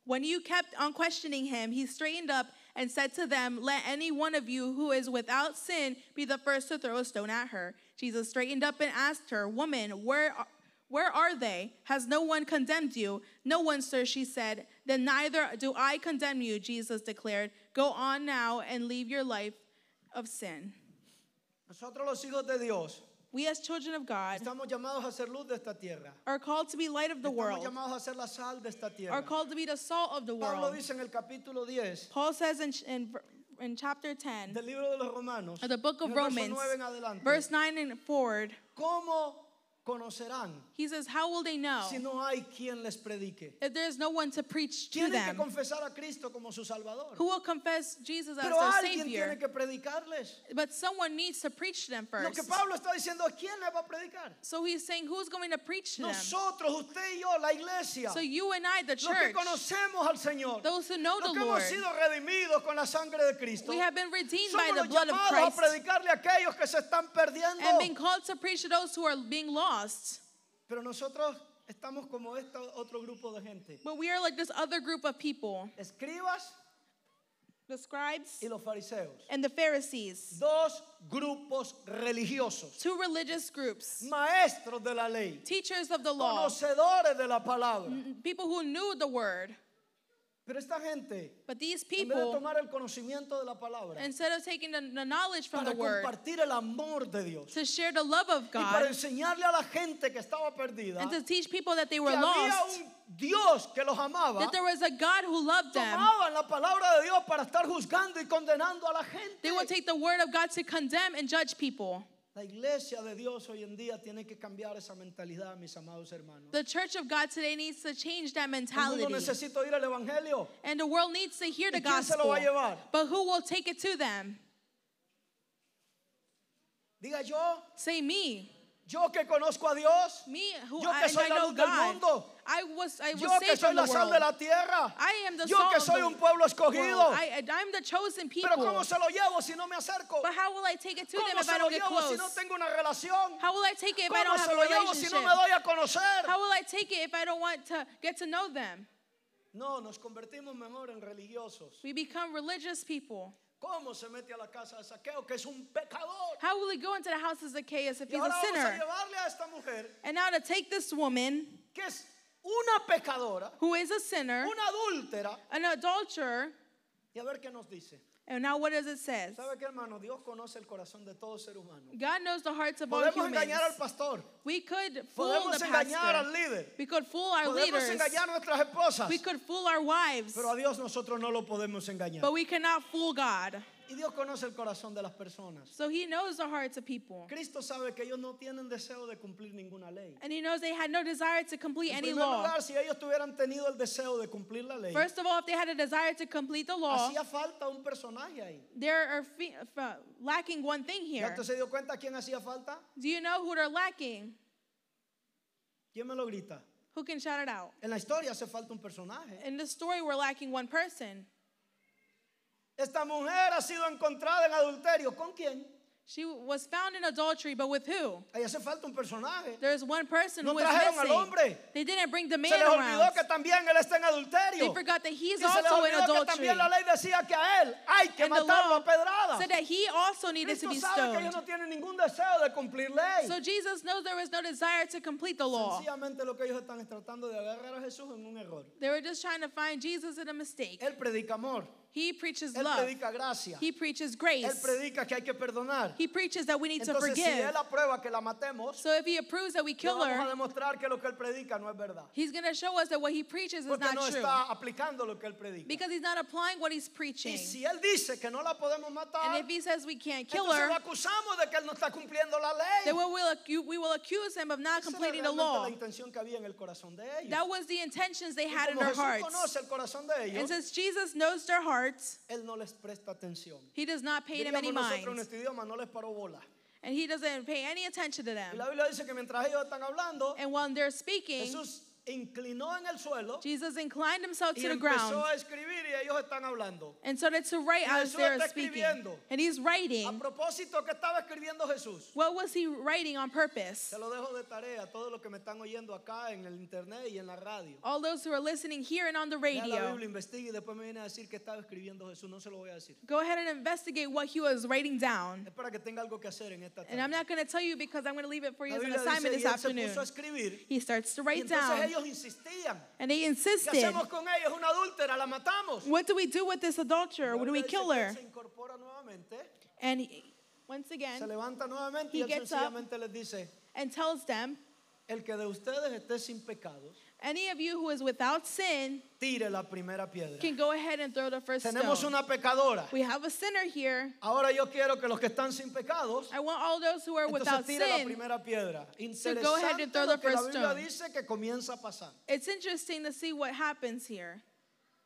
S2: When you kept on questioning him, he straightened up and said to them, Let any one of you who is without sin be the first to throw a stone at her. Jesus straightened up and asked her, Woman, where are, where are they? Has no one condemned you? No one, sir, she said. Then neither do I condemn you, Jesus declared. Go on now and leave your life of sin.
S1: Nosotros los hijos de Dios
S2: We, as children of God,
S1: estamos llamados a ser luz de esta tierra.
S2: are called to be light of the
S1: Estamos
S2: world,
S1: llamados a ser la sal de esta
S2: are
S1: tierra.
S2: called to be the salt of the
S1: Pablo
S2: world.
S1: dice en el capítulo 10
S2: Paul says in, in, in chapter 10
S1: del libro de los Romanos,
S2: of Uh, the book
S1: en
S2: of
S1: el verso
S2: Romans,
S1: 9 en adelante,
S2: verse 9 and forward,
S1: ¿cómo conocerán
S2: he says, How will they know
S1: si no hay quien les predique?
S2: if there is no one to preach to
S1: Tienen que
S2: them?
S1: confesar a Cristo como su Salvador.
S2: Who will confess Jesus as
S1: Pero
S2: their
S1: alguien tiene
S2: Savior?
S1: que predicarles.
S2: But someone needs to preach to them
S1: Lo
S2: first.
S1: que Pablo está diciendo, ¿a quién le va a predicar?
S2: So he's saying, Who's going to preach to them?
S1: Nosotros, usted y yo, la iglesia,
S2: So you and I, the
S1: los que
S2: church,
S1: conocemos al Señor,
S2: those who know
S1: los
S2: the
S1: que hemos
S2: Lord,
S1: sido redimidos con la sangre de Cristo,
S2: we have been redeemed by
S1: somos
S2: the
S1: los
S2: blood of
S1: llamados a
S2: Christ.
S1: predicarle a aquellos que se están perdiendo.
S2: and being called to preach to those who are being lost.
S1: Pero nosotros estamos como este otro grupo de gente,
S2: But we are like this other group of people
S1: escribas
S2: the scribes
S1: y los fariseos,
S2: and the Pharisees,
S1: dos grupos religiosos,
S2: two religious groups,
S1: maestros de la ley,
S2: teachers of the law,
S1: conocedores de la palabra.
S2: people who knew the word.
S1: Pero esta gente,
S2: But these
S1: en vez de
S2: people,
S1: tomar el conocimiento de la palabra
S2: instead of taking the, the knowledge from
S1: para
S2: the word
S1: compartir el amor de Dios
S2: to share the love of
S1: y para
S2: God
S1: enseñarle a la gente que estaba perdida
S2: and to
S1: que
S2: teach people that they were
S1: había
S2: lost,
S1: un Dios que los amaba,
S2: that there was a God who loved them,
S1: tomaban la palabra de Dios para estar juzgando y condenando a la gente.
S2: they would take the word of God to condemn and judge people.
S1: La iglesia de Dios hoy en día tiene que cambiar esa mentalidad, mis amados hermanos.
S2: The church of God today needs to change that
S1: El mundo
S2: mentality.
S1: necesita oír el evangelio.
S2: And the world needs to hear the
S1: ¿Y quién se lo
S2: gospel.
S1: va a llevar?
S2: But who will take it to them?
S1: Diga yo,
S2: Say me.
S1: yo que conozco a Dios,
S2: Me who
S1: Yo
S2: I,
S1: que
S2: and
S1: soy
S2: I
S1: la
S2: know
S1: luz del
S2: God.
S1: mundo.
S2: I was I was
S1: yo que
S2: saved
S1: soy
S2: from
S1: la
S2: the
S1: sal
S2: world.
S1: de la tierra,
S2: I am the
S1: yo
S2: salt
S1: que
S2: of
S1: soy
S2: the
S1: un pueblo
S2: world.
S1: escogido.
S2: I, I'm the chosen people.
S1: Pero ¿cómo se lo llevo si no me acerco?
S2: but how will I take it to them
S1: ¿Cómo
S2: if
S1: se
S2: I
S1: lo
S2: don't get
S1: llevo
S2: close?
S1: si no tengo una relación?
S2: how will I take it if I
S1: ¿Cómo
S2: don't have
S1: se
S2: a
S1: lo llevo si
S2: relationship?
S1: no me doy a conocer?
S2: how will I take it if I don't want to get to know them?
S1: No, nos convertimos mejor en religiosos.
S2: We become religious people.
S1: ¿Cómo se mete a la casa de Saqueo que es un pecador?
S2: How will he go into the house of Zacchaeus if
S1: Y
S2: he's a
S1: ahora vamos a
S2: sinner?
S1: llevarle a esta mujer
S2: And now to take this woman
S1: que es una pecadora,
S2: who is a sinner,
S1: una adúltera,
S2: an adulterer,
S1: y a ver qué nos dice.
S2: And now what does it says?
S1: ¿Sabe qué, hermano? Dios conoce el corazón de todo ser humano.
S2: God knows the hearts of all
S1: Podemos
S2: humans.
S1: engañar al pastor,
S2: We could fool
S1: podemos
S2: the
S1: engañar al
S2: pastor.
S1: líder,
S2: We could fool our
S1: podemos
S2: leaders.
S1: engañar a nuestras esposas,
S2: We could fool our wives.
S1: pero a Dios nosotros no lo podemos engañar.
S2: But we cannot fool God.
S1: Y Dios conoce el corazón de las personas.
S2: So he knows the hearts of people.
S1: Cristo sabe que ellos no tienen deseo de cumplir ninguna ley.
S2: And he knows they had no desire to complete
S1: En
S2: any
S1: primer
S2: law.
S1: lugar, si ellos tuvieran tenido el deseo de cumplir la ley,
S2: First of all, if they had a desire to complete the law,
S1: hacía falta un personaje ahí.
S2: there are fe- f- lacking one thing
S1: ¿Ya
S2: here.
S1: usted se dio cuenta quién hacía falta?
S2: Do you know who they're lacking?
S1: ¿Quién me lo grita?
S2: Who can shout it out?
S1: En la historia hace falta un personaje.
S2: In this story, we're lacking one person.
S1: Esta mujer ha sido encontrada en adulterio. ¿Con quién?
S2: She was found in adultery, but with who?
S1: Ahí hace falta un personaje.
S2: There's one person
S1: No
S2: who is
S1: trajeron al
S2: missing.
S1: hombre.
S2: They didn't bring the
S1: Se
S2: man
S1: les olvidó
S2: around.
S1: que también él está en adulterio.
S2: They forgot that
S1: Y
S2: he's
S1: se les
S2: also in
S1: olvidó que
S2: adultery.
S1: también la ley decía que a él hay que
S2: And the
S1: matarlo
S2: law
S1: a pedradas.
S2: said that he also needed to
S1: Cristo
S2: be
S1: sabe que ellos
S2: stoned.
S1: no tienen ningún deseo de cumplir ley.
S2: So Jesus knows there was no desire to complete the law.
S1: Sencillamente lo que ellos están es tratando de agarrar a Jesús en un error.
S2: They were just trying to find Jesus in a mistake.
S1: Él predica amor,
S2: He preaches
S1: él
S2: love.
S1: predica gracia,
S2: He preaches
S1: él
S2: grace.
S1: predica que hay que perdonar,
S2: He preaches that we need to
S1: Entonces, si
S2: forgive.
S1: él aprueba que la matemos,
S2: So if he approves that we
S1: le
S2: kill
S1: vamos a
S2: her,
S1: demostrar que lo que él predica no es verdad.
S2: he's going to show us that what he preaches is
S1: Porque
S2: not
S1: no
S2: true.
S1: está aplicando lo que él predica.
S2: Because he's not applying what he's preaching.
S1: Y si él dice que no la podemos
S2: And
S1: matar,
S2: if he says we can't kill
S1: entonces
S2: her,
S1: lo acusamos de que él no está cumpliendo la ley.
S2: then we will, acu- we will accuse him of not
S1: Esa era
S2: completing the
S1: realmente
S2: law.
S1: la intención que había en el corazón de ellos.
S2: That was the intentions they
S1: Y
S2: had in
S1: como
S2: their
S1: Jesús
S2: hearts.
S1: conoce el corazón de
S2: And
S1: ellos,
S2: since Jesus knows their hearts,
S1: él no les presta atención.
S2: he does not pay them
S1: Diríamos
S2: any
S1: nosotros en
S2: mind.
S1: nuestro idioma no les paró bola.
S2: And he doesn't pay any attention to
S1: Y
S2: them.
S1: la Biblia dice que mientras ellos están hablando,
S2: And while they're speaking,
S1: Jesús inclinó en el suelo
S2: Jesus inclined himself
S1: y
S2: to the
S1: empezó
S2: ground
S1: a escribir y ellos están hablando.
S2: and started to write
S1: Y
S2: as
S1: Jesús
S2: they are
S1: está
S2: speaking.
S1: escribiendo.
S2: And he's
S1: A
S2: writing.
S1: propósito, ¿qué estaba escribiendo Jesús?
S2: What was he writing on purpose?
S1: Se lo dejo de tarea a todos los que me están oyendo acá en el internet y en la radio.
S2: All those who are listening here and on the
S1: Lea la
S2: radio,
S1: Biblia, investigue y después me viene a decir qué estaba escribiendo Jesús. No se lo voy a decir.
S2: go ahead and investigate what he was writing down.
S1: Es para que tenga algo que hacer en esta
S2: And
S1: tarde.
S2: I'm not going to tell you because I'm going to leave it for you
S1: La
S2: as an
S1: Biblia
S2: assignment
S1: dice, y él
S2: this
S1: se
S2: afternoon.
S1: puso a escribir.
S2: He starts to
S1: Y
S2: write
S1: entonces
S2: down.
S1: ellos insistían.
S2: And they
S1: ¿Qué
S2: insisted.
S1: hacemos con ella? Es una adúltera, la matamos.
S2: What do we do with this adulterer?
S1: La
S2: Do we
S1: Biblia dice
S2: kill
S1: que él
S2: her?
S1: Se incorpora nuevamente,
S2: And he- once
S1: se
S2: again,
S1: levanta nuevamente y
S2: He
S1: él
S2: gets up.
S1: sencillamente les dice,
S2: and tells them,
S1: el que de ustedes esté sin pecados,
S2: any of you who is without sin
S1: tire la primera piedra.
S2: can go ahead and throw the first
S1: Tenemos
S2: stone.
S1: una pecadora.
S2: We have a sinner here.
S1: Ahora yo quiero que los que están sin pecados,
S2: I want all those who are
S1: entonces
S2: without
S1: tire la
S2: sin.
S1: primera piedra. Interesante
S2: go ahead and throw
S1: lo
S2: the
S1: que la
S2: first
S1: Biblia
S2: stone.
S1: dice que comienza a pasar.
S2: It's interesting to see what happens here.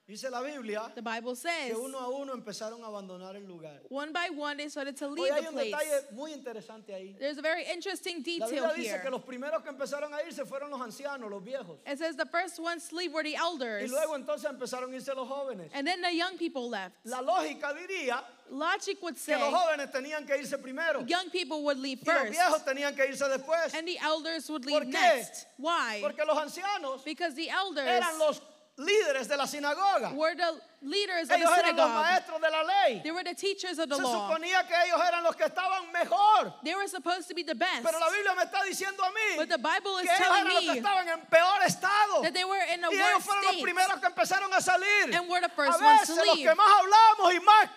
S1: Dice la Biblia
S2: The Bible
S1: que
S2: says,
S1: uno a uno empezaron a abandonar el lugar.
S2: one by one, they started to
S1: Hoy
S2: leave
S1: hay
S2: the
S1: un
S2: place.
S1: detalle muy interesante ahí.
S2: There's a very interesting
S1: La Biblia
S2: detail
S1: dice que
S2: here.
S1: los primeros que empezaron a irse fueron los ancianos, los viejos.
S2: It says the first ones to leave were the
S1: Y
S2: elders,
S1: luego entonces empezaron a irse los jóvenes.
S2: and then the young people left.
S1: La lógica diría
S2: Logic would
S1: que los
S2: say
S1: jóvenes tenían que irse primero. Y
S2: young people would leave
S1: los
S2: first,
S1: viejos tenían que irse después.
S2: and the elders would
S1: ¿Por
S2: leave
S1: qué?
S2: next. Why?
S1: Porque los ancianos
S2: Because the elders
S1: eran los líderes de la sinagoga.
S2: were the leaders of
S1: Ellos
S2: the
S1: eran los
S2: synagogue.
S1: maestros de la ley.
S2: They were the teachers of the
S1: Se
S2: law.
S1: suponía que ellos eran los que estaban mejor.
S2: They were supposed to be the best.
S1: Pero la Biblia me está diciendo a mí
S2: But the Bible
S1: que
S2: is
S1: ellos eran los
S2: telling
S1: que
S2: me
S1: estaban en peor estado.
S2: that they were in a
S1: Y ellos
S2: worse
S1: fueron los
S2: state.
S1: primeros que empezaron a salir.
S2: And were the first
S1: a
S2: ones
S1: veces
S2: to
S1: los
S2: leave.
S1: que más hablamos y más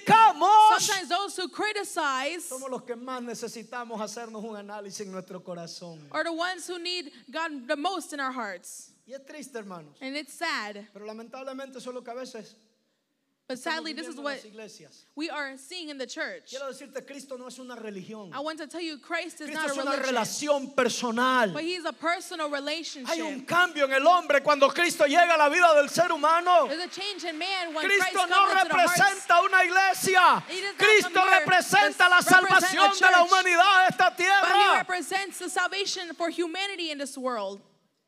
S1: criticamos
S2: Sometimes those who criticize
S1: somos los que más necesitamos hacernos un análisis en nuestro corazón.
S2: are the ones who need God the most in our hearts.
S1: Y es triste, hermanos.
S2: And it's sad.
S1: Pero lamentablemente eso es lo que a veces
S2: But
S1: estamos
S2: sadly, this is
S1: viviendo en
S2: what
S1: las iglesias.
S2: we are seeing in the church.
S1: Quiero decirte, Cristo no es una religión.
S2: I want to tell you, Christ is
S1: Cristo
S2: not
S1: es
S2: a
S1: una
S2: religion,
S1: relación personal.
S2: but He's a personal
S1: Hay un
S2: relationship.
S1: cambio en el hombre cuando Cristo llega a la vida del ser humano.
S2: There's a change in man when Christ
S1: Cristo no
S2: comes into the hearts.
S1: representa una iglesia.
S2: He does not
S1: Cristo
S2: come here
S1: representa
S2: to
S1: la
S2: represent a
S1: salvación de la
S2: church.
S1: humanidad de esta
S2: But He
S1: tierra.
S2: represents the salvation for humanity in this world.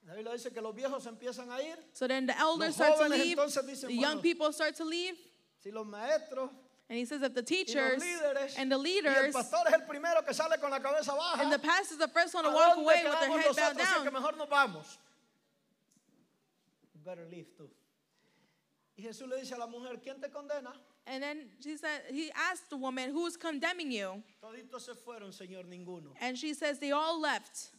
S1: La Biblia dice que los viejos empiezan a ir,
S2: So then the elders
S1: Los
S2: start to
S1: jóvenes
S2: leave,
S1: entonces dicen,
S2: the young
S1: "Bueno."
S2: people start to leave,
S1: si los maestros
S2: and he says that the
S1: y los
S2: teachers
S1: líderes
S2: and the
S1: y el
S2: leaders
S1: pastor es el primero que sale con la cabeza baja.
S2: and the pastor is the first one
S1: ¿A
S2: to walk
S1: dónde
S2: away with their
S1: quedamos
S2: head bowed
S1: nosotros? Así que
S2: down.
S1: mejor nos vamos. Better leave tú. Y Jesús le dice a la mujer, ¿quién te condena?
S2: And then she said, he asked the woman, "Who's condemning you?"
S1: Toditos se fueron, Señor, ninguno.
S2: And she says, "They all left."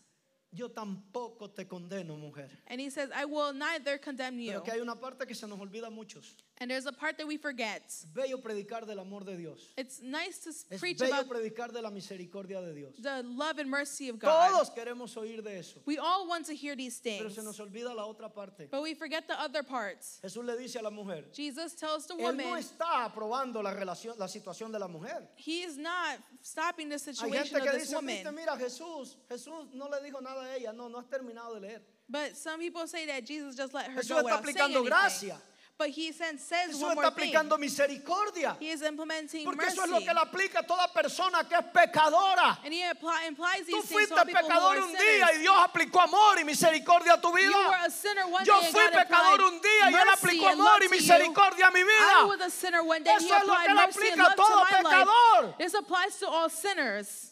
S1: Yo tampoco te condeno, mujer.
S2: And he says, "I will neither condemn you."
S1: Pero que hay una parte que se nos olvida a muchos.
S2: And there's a part that we forget.
S1: Es bello predicar del amor de Dios.
S2: It's nice to s-
S1: Es
S2: preach
S1: bello
S2: about
S1: predicar de la misericordia de Dios.
S2: the love and mercy of God.
S1: Todos queremos oír de eso,
S2: We all want to hear these
S1: pero
S2: things,
S1: se nos olvida la otra parte.
S2: but we forget the other parts.
S1: Jesús le dice a la mujer,
S2: Jesus tells the
S1: él no
S2: woman,
S1: está aprobando la relación, la situación de la mujer.
S2: He is not stopping the
S1: Hay
S2: situation
S1: gente
S2: of
S1: que
S2: this
S1: dice, "Viste,
S2: woman.
S1: mira Jesús, Jesús no le dijo nada a ella, no, no has terminado de leer.
S2: But some people say that Jesus just let her
S1: Jesús
S2: go
S1: está
S2: without saying
S1: aplicando
S2: anything.
S1: gracia.
S2: But he then says
S1: Jesús
S2: one
S1: está
S2: more thing.
S1: aplicando misericordia,
S2: He is implementing
S1: porque
S2: mercy.
S1: eso es lo que la aplica a toda persona que es pecadora.
S2: And he appli- implies
S1: Tú
S2: these things to
S1: fuiste
S2: all people who
S1: pecador
S2: are
S1: un día y
S2: sinners.
S1: Dios aplicó amor y misericordia a tu
S2: You were
S1: vida.
S2: a sinner one
S1: Yo
S2: day and
S1: fui
S2: God
S1: pecador
S2: applied
S1: un día y Él
S2: mercy
S1: aplicó
S2: and
S1: amor y
S2: love to you.
S1: misericordia a mi
S2: I was
S1: vida.
S2: a sinner one day and he
S1: Eso es lo
S2: applied
S1: que le
S2: mercy
S1: aplica
S2: and
S1: a
S2: love to
S1: todo
S2: my
S1: pecador.
S2: life. This applies to all sinners.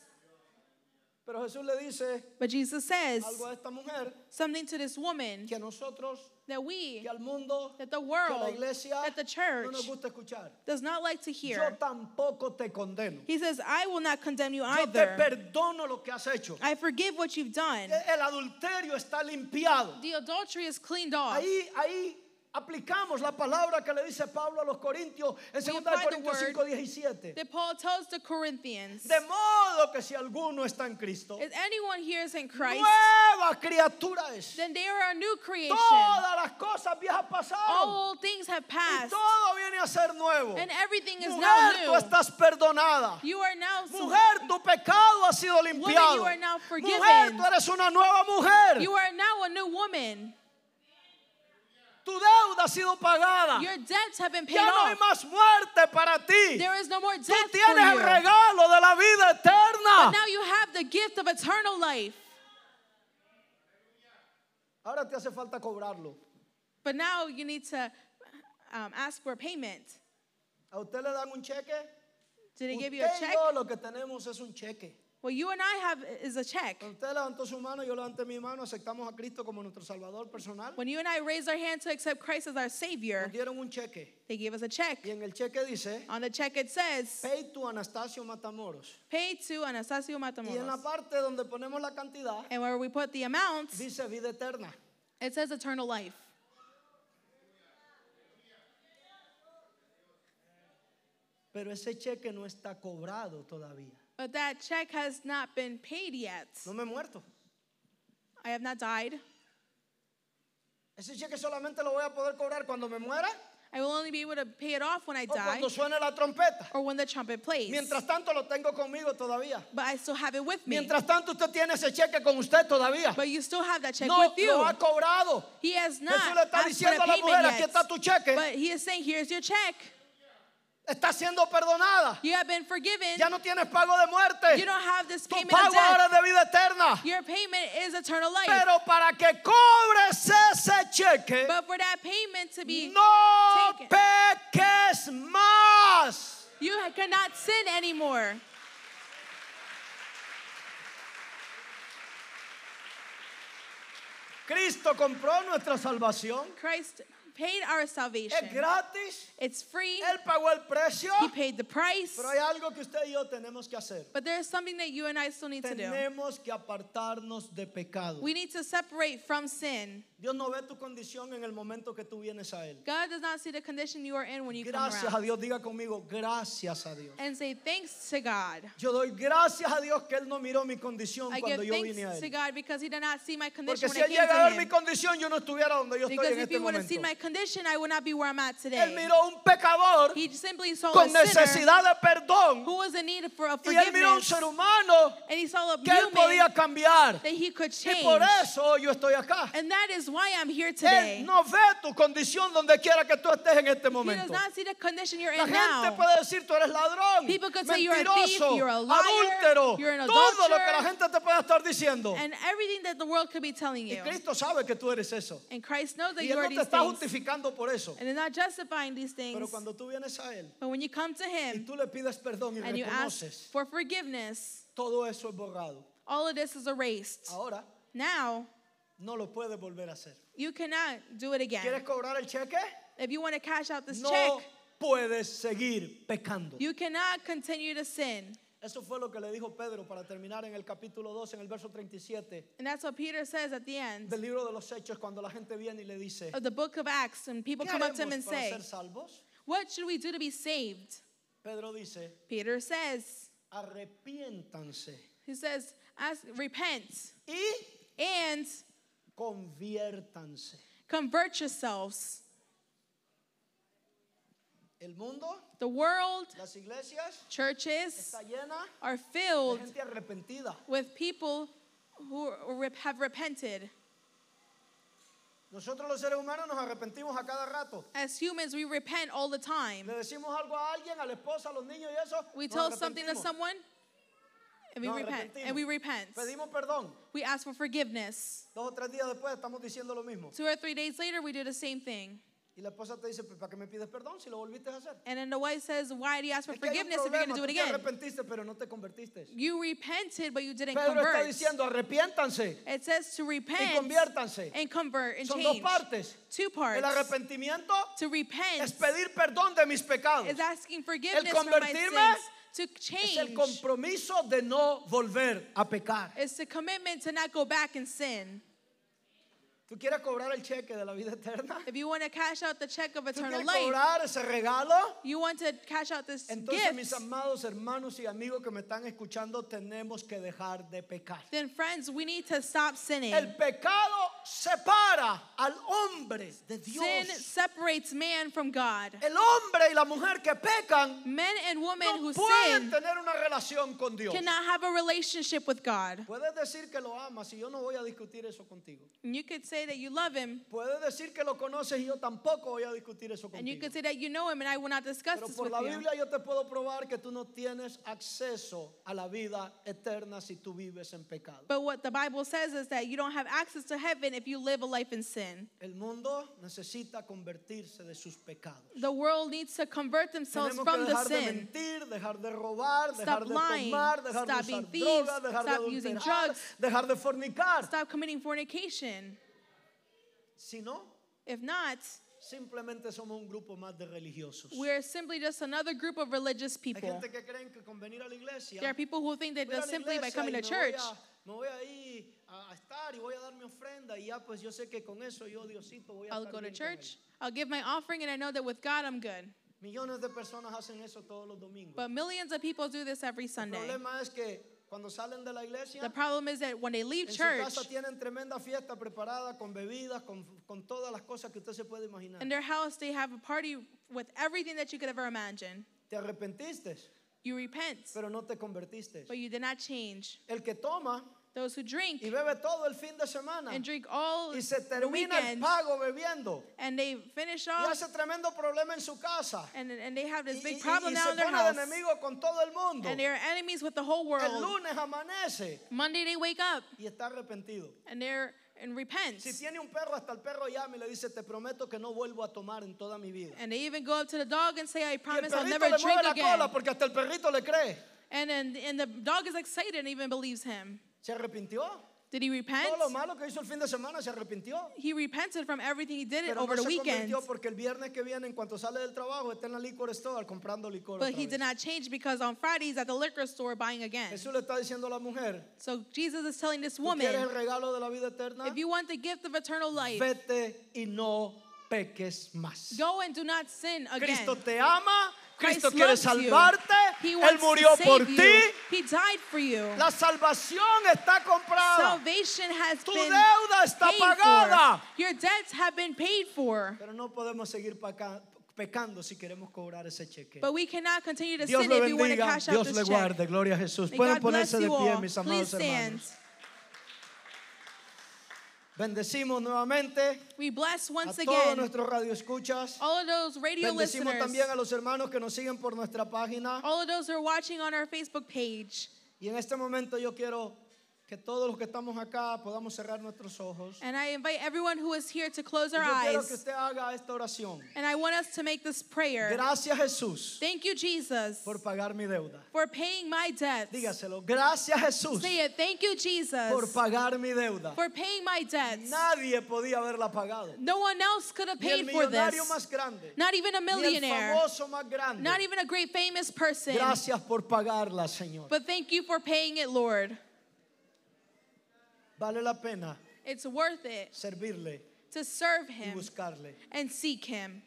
S1: Pero Jesús le dice
S2: But Jesus says
S1: algo a esta mujer
S2: something to this woman
S1: que a nosotros,
S2: that
S1: que
S2: we,
S1: al mundo,
S2: that the
S1: que a la
S2: world,
S1: iglesia
S2: that the
S1: no
S2: church
S1: nos gusta escuchar.
S2: does not like to
S1: Yo
S2: hear.
S1: tampoco te condeno.
S2: He says, I will not condemn you
S1: Yo te
S2: either.
S1: perdono lo que has hecho.
S2: I forgive what you've done.
S1: El adulterio está limpiado.
S2: The adultery is cleaned off.
S1: Ahí, ahí aplicamos la palabra que le dice Pablo a los Corintios en 2 de
S2: apply the
S1: Corintios
S2: word
S1: 5, 17.
S2: that Paul tells the Corinthians
S1: De modo que si alguno está en Cristo,
S2: if anyone here is in Christ,
S1: nueva criatura es.
S2: then they are a new creation.
S1: Todas las cosas viejas pasaron.
S2: All things have
S1: Y
S2: passed,
S1: todo viene a ser nuevo.
S2: and everything is now
S1: Mujer, tú
S2: new.
S1: estás perdonada.
S2: You are now
S1: Mujer, tu pecado ha sido limpiado.
S2: you are now forgiven.
S1: Mujer, tú eres una nueva mujer.
S2: you are now a new woman.
S1: Tu deuda ha sido pagada.
S2: Your debts have been paid
S1: Ah. Ya no hay
S2: off.
S1: más muerte para ti.
S2: There is no more death
S1: Tú
S2: for
S1: tienes el
S2: you.
S1: regalo de la vida
S2: But
S1: eterna.
S2: now you have the gift of eternal life.
S1: Ahora te hace falta cobrarlo.
S2: But now you need to um, ask for payment.
S1: ¿A usted le dan un cheque?
S2: Did they give you a
S1: Usted y
S2: check?
S1: yo lo que tenemos es un cheque.
S2: What you and I have is a check.
S1: Usted levantó su mano, yo levanté mi mano, aceptamos a Cristo como nuestro Salvador personal.
S2: When you and I raised our hand to accept Christ as our Savior,
S1: Nos dieron un cheque.
S2: they gave us a check.
S1: Y en el cheque dice,
S2: On the check it says,
S1: pay to Anastasio Matamoros.
S2: pay to Anastasio
S1: Y en la
S2: Matamoros.
S1: parte donde ponemos la cantidad,
S2: And where we put the amount,
S1: dice vida eterna.
S2: it says eternal life.
S1: Pero ese cheque no está cobrado todavía.
S2: But that check has not been paid yet.
S1: No me he muerto.
S2: I have not died.
S1: Ese cheque solamente lo voy a poder cobrar cuando me muera
S2: I will only be able to pay it off when I
S1: o
S2: die
S1: Oh, cuando suene la trompeta.
S2: or when the trumpet plays.
S1: Mientras tanto lo tengo conmigo todavía.
S2: But I still have it with me.
S1: Mientras tanto usted tiene ese cheque con usted todavía.
S2: But you still have that check
S1: No
S2: with
S1: lo
S2: you.
S1: ha cobrado.
S2: He has
S1: Jesús
S2: not
S1: le está
S2: asked for
S1: diciendo
S2: a
S1: a la mujer,
S2: payment
S1: aquí
S2: yet.
S1: está tu cheque.
S2: But he is saying, here's your check.
S1: Está siendo perdonada.
S2: You have been forgiven.
S1: Ya no tienes pago de
S2: You
S1: muerte.
S2: don't have this
S1: Tu
S2: payment of
S1: pago
S2: death.
S1: ahora es de vida eterna.
S2: Your payment is eternal life.
S1: Pero para que cobres ese cheque,
S2: but for that payment to be,
S1: no
S2: taken.
S1: peques más.
S2: you ha- cannot sin anymore.
S1: Cristo compró nuestra salvación.
S2: Christ paid our salvation.
S1: Es gratis.
S2: It's free.
S1: Él pagó el precio.
S2: He paid the price.
S1: Pero hay algo que usted y yo tenemos que hacer.
S2: But there is something that you and I still need to do.
S1: Tenemos que apartarnos de pecado.
S2: We need to separate from sin.
S1: Dios no ve tu condición en el momento que tú vienes a Él.
S2: God does not see the condition you are in when you
S1: Gracias
S2: come
S1: a Dios.
S2: around.
S1: Diga conmigo, gracias a Dios.
S2: And say thanks to God.
S1: Yo doy gracias a Dios que Él no miró mi condición
S2: I give
S1: cuando yo vine a
S2: thanks to
S1: Él.
S2: God because He did not see my
S1: Porque
S2: condition
S1: si Él
S2: when I came
S1: llega a ver
S2: to
S1: mi
S2: Him.
S1: condición, yo no estuviera donde yo estoy
S2: Because
S1: en
S2: if
S1: este
S2: He would have
S1: momento.
S2: seen my condition, I would not be where I'm at
S1: Él
S2: today.
S1: miró a un pecador
S2: He simply saw a
S1: con
S2: sinner
S1: necesidad de perdón.
S2: who was in need for of
S1: Y Él miró a un
S2: forgiveness,
S1: ser humano
S2: and He saw a
S1: que Él
S2: human
S1: podía cambiar.
S2: that He could
S1: Y por
S2: change.
S1: eso hoy yo estoy acá.
S2: And that is why I'm here
S1: Él
S2: today.
S1: no ve tu condición donde quiera que tú estés en este
S2: He does
S1: momento.
S2: not see the condition you're
S1: La
S2: in
S1: gente
S2: now.
S1: puede decir tú eres ladrón,
S2: People could say you're a thief,
S1: mentiroso,
S2: you're a liar,
S1: adúltero,
S2: you're an
S1: todo lo que la
S2: adulterer.
S1: gente te pueda estar diciendo.
S2: And everything that the world could be telling
S1: Y
S2: you.
S1: Cristo sabe que tú eres eso.
S2: And Christ knows that
S1: Y
S2: you
S1: Él
S2: are
S1: no te
S2: these
S1: está
S2: things.
S1: justificando por eso.
S2: And is not justifying these
S1: Pero
S2: things.
S1: cuando tú vienes a Él
S2: But when you come to
S1: y
S2: Him
S1: tú le pides perdón y
S2: and you ask
S1: reconoces,
S2: for forgiveness,
S1: todo eso es borrado.
S2: all of this is erased.
S1: Ahora
S2: Now,
S1: no lo puedes volver a hacer.
S2: you cannot do it
S1: ¿Quieres
S2: again.
S1: cobrar el cheque?
S2: If you want to cash out this check,
S1: No puedes seguir pecando.
S2: you cannot continue to sin.
S1: Eso fue lo que le dijo Pedro para terminar en el capítulo 2, en el verso 37
S2: And that's what Peter says at the end
S1: del libro de los Hechos, cuando la gente viene y le dice,
S2: of the book of Acts. And people
S1: ¿qué
S2: come up to him
S1: haremos
S2: and
S1: para
S2: say,
S1: ser salvos?
S2: What should we do to be saved?
S1: Pedro dice,
S2: Peter says,
S1: arrepiéntanse
S2: He says, ask, Repent
S1: y
S2: and
S1: conviértanse.
S2: convert yourselves.
S1: El mundo,
S2: The world,
S1: las iglesias,
S2: churches
S1: está llena
S2: are
S1: de
S2: filled
S1: gente arrepentida.
S2: with people who rep- have repented.
S1: Nosotros los seres humanos nos arrepentimos a cada rato.
S2: As humans, we repent all the time.
S1: Le decimos algo a alguien, a la esposa, a los niños y eso.
S2: We
S1: nos
S2: tell something to
S1: arrepentimos.
S2: someone and we
S1: Nos
S2: repent.
S1: arrepentimos.
S2: And we repent.
S1: Pedimos perdón.
S2: We ask for forgiveness.
S1: Dos o tres días después estamos diciendo lo mismo.
S2: Two or three days later, we do the same thing.
S1: Y la esposa te dice, "Pues, ¿para qué me pides perdón si lo volviste a hacer?
S2: And then the wife says, Why do you ask for
S1: Es que hay un
S2: Pues, forgiveness if you're going
S1: problema,
S2: to do
S1: tú
S2: it
S1: te
S2: again?
S1: arrepentiste, pero no te convertiste.
S2: You repented, but you didn't
S1: Pedro está
S2: convert.
S1: diciendo, arrepiéntanse
S2: It says to
S1: y
S2: repent
S1: conviértanse.
S2: and convert and
S1: Son dos
S2: change.
S1: partes.
S2: Two
S1: El
S2: parts.
S1: arrepentimiento
S2: To
S1: es
S2: repent
S1: pedir perdón de mis pecados.
S2: is asking forgiveness for my
S1: convertirme
S2: sins. To
S1: Es el
S2: change
S1: compromiso de no volver a pecar.
S2: It's the commitment to not go back and sin.
S1: ¿Tú quieres cobrar el cheque de la vida eterna?
S2: If you want to cash out the check of
S1: ¿Tú
S2: eternal
S1: quieres
S2: life,
S1: cobrar ese regalo?
S2: you want to cash out this
S1: Entonces, mis
S2: gift,
S1: amados hermanos y amigos que me están escuchando, tenemos que dejar de pecar.
S2: then friends, we need to stop sinning.
S1: El pecado separa al hombre de
S2: Sin
S1: Dios.
S2: separates man from God.
S1: El hombre y la mujer que pecan
S2: Men and women
S1: no
S2: who
S1: pueden
S2: sin
S1: tener una relación con Dios.
S2: cannot have a relationship with God.
S1: Puedes decir que lo amas y yo no voy a discutir eso contigo.
S2: And you could say that you love him,
S1: Puedes decir que lo conoces y yo tampoco voy a discutir eso
S2: and you
S1: contigo.
S2: could say that you know him, and I will not discuss
S1: Pero
S2: this
S1: por
S2: with
S1: la
S2: you.
S1: Biblia yo te puedo probar que tú no tienes acceso a la vida eterna si tú vives en pecado.
S2: But what the Bible says is that you don't have access to heaven if you live a life in sin.
S1: El mundo necesita convertirse de sus pecados.
S2: The world needs to convert themselves
S1: Tenemos que
S2: from the
S1: dejar de
S2: sin.
S1: mentir, dejar de robar, dejar
S2: Stop
S1: de
S2: lying.
S1: tomar, dejar
S2: Stop
S1: de
S2: being
S1: usar
S2: thieves.
S1: drogas, dejar de
S2: Stop using
S1: adulterar,
S2: drugs.
S1: dejar de fornicar.
S2: Stop committing fornication.
S1: Si no,
S2: If not,
S1: simplemente somos un grupo más de religiosos.
S2: we're simply just another group of religious
S1: Hay
S2: people.
S1: gente que creen que con venir a la iglesia,
S2: There are people who think that
S1: voy a la
S2: just simply by
S1: iglesia
S2: coming
S1: y
S2: to
S1: me voy
S2: church,
S1: a- Me voy a ir a a estar y voy a dar mi ofrenda y ya pues yo sé que con eso yo Diosito voy a
S2: I'll
S1: estar
S2: go to
S1: bien con él.
S2: church, I'll give my offering, and I know that with God I'm good.
S1: Millones de personas hacen eso todos los domingos.
S2: But millions of people do this every
S1: El
S2: Sunday.
S1: problema es que cuando salen de la iglesia,
S2: The problem is that when they leave
S1: en
S2: church,
S1: su casa tienen tremenda fiesta preparada con bebidas, con, con todas las cosas que usted se puede imaginar.
S2: in their house, they have a party with everything that you could ever imagine.
S1: Te arrepentiste,
S2: You repent,
S1: pero no te convertiste.
S2: but you did not change.
S1: El que toma
S2: Those who drink
S1: y bebe todo el fin de semana
S2: and drink all
S1: y se
S2: the
S1: termina el
S2: weekend,
S1: pago bebiendo
S2: and they finish
S1: y
S2: off,
S1: hace tremendo problema en su casa.
S2: and, and they have
S1: Y,
S2: this
S1: y- y-
S2: big
S1: y
S2: problem now
S1: se
S2: in their
S1: pone de
S2: house,
S1: enemigo con todo el mundo.
S2: and they are enemies with the whole
S1: El
S2: world.
S1: lunes amanece
S2: Monday, they wake up
S1: y está arrepentido.
S2: and they're and repent.
S1: Si tiene un perro, hasta el perro llama y le dice, te prometo que no vuelvo a tomar en toda mi vida.
S2: And they even go up to the dog and say, I
S1: Y el
S2: promise I'll
S1: perrito
S2: never
S1: le
S2: drink
S1: mueve la
S2: again.
S1: cola porque hasta el perrito le cree.
S2: And, and and the dog is excited and even believes him.
S1: ¿Se arrepintió?
S2: Did he repent?
S1: Todo lo malo que hizo el fin de semana se arrepintió.
S2: He repented from everything he did
S1: Pero
S2: over
S1: no
S2: the
S1: se
S2: weekend.
S1: convirtió porque el viernes que viene, en cuanto sale del trabajo, está en la liquor store comprando licor.
S2: But
S1: otra
S2: he
S1: vez.
S2: did not change because on Fridays at the liquor store buying again.
S1: Jesús le está diciendo a la mujer,
S2: So Jesus is telling this
S1: ¿tú quieres el
S2: woman,
S1: regalo de la vida eterna?
S2: if you want the gift of eternal life,
S1: Vete y no peques más.
S2: go and do not sin again.
S1: Cristo te ama,
S2: Christ
S1: Cristo quiere
S2: loves you.
S1: salvarte,
S2: He
S1: Él
S2: wants to
S1: murió
S2: save
S1: por
S2: you.
S1: ti,
S2: He died for you.
S1: la salvación está comprada.
S2: Salvation has
S1: Tu
S2: been
S1: deuda está
S2: paid for.
S1: pagada.
S2: Your debts have been paid for.
S1: Pero no podemos seguir paca- pecando si queremos cobrar ese cheque.
S2: But we cannot continue to
S1: Dios
S2: sin
S1: le
S2: if we want to
S1: bendiga,
S2: cash out
S1: Dios le
S2: this check.
S1: guarde, gloria a Jesús.
S2: May
S1: Pueden
S2: God bless
S1: ponerse de
S2: you
S1: pie,
S2: all.
S1: mis
S2: Please
S1: amados
S2: stand.
S1: hermanos. Bendecimos nuevamente
S2: We bless
S1: a
S2: once
S1: todos
S2: again
S1: nuestros radioescuchas.
S2: all of those radio
S1: Bendecimos
S2: listeners,
S1: también a los hermanos que nos siguen por nuestra página.
S2: all of those who are watching on our Facebook page.
S1: Y en este momento yo quiero que todos los que estamos acá podamos cerrar nuestros ojos.
S2: And I invite everyone who is here to close
S1: Y
S2: our
S1: yo quiero que
S2: eyes.
S1: usted haga esta oración.
S2: And I want us to make this prayer.
S1: Gracias Jesús
S2: Thank you, Jesus,
S1: por pagar mi deuda.
S2: for paying my debts.
S1: Dígaselo. Gracias Jesús
S2: Say it. Thank you,
S1: por
S2: Jesus,
S1: pagar mi deuda.
S2: for paying my debts.
S1: Nadie podía haberla pagado.
S2: No one else could have
S1: Ni el
S2: paid for
S1: millonario
S2: this.
S1: más grande.
S2: Not even a
S1: Ni el
S2: millionaire.
S1: famoso más grande.
S2: Not even a great famous person.
S1: Gracias por pagarla, Señor.
S2: But thank you for paying it, Lord.
S1: Vale la pena
S2: It's worth it
S1: servirle
S2: to serve
S1: y
S2: Him
S1: buscarle.
S2: and seek Him.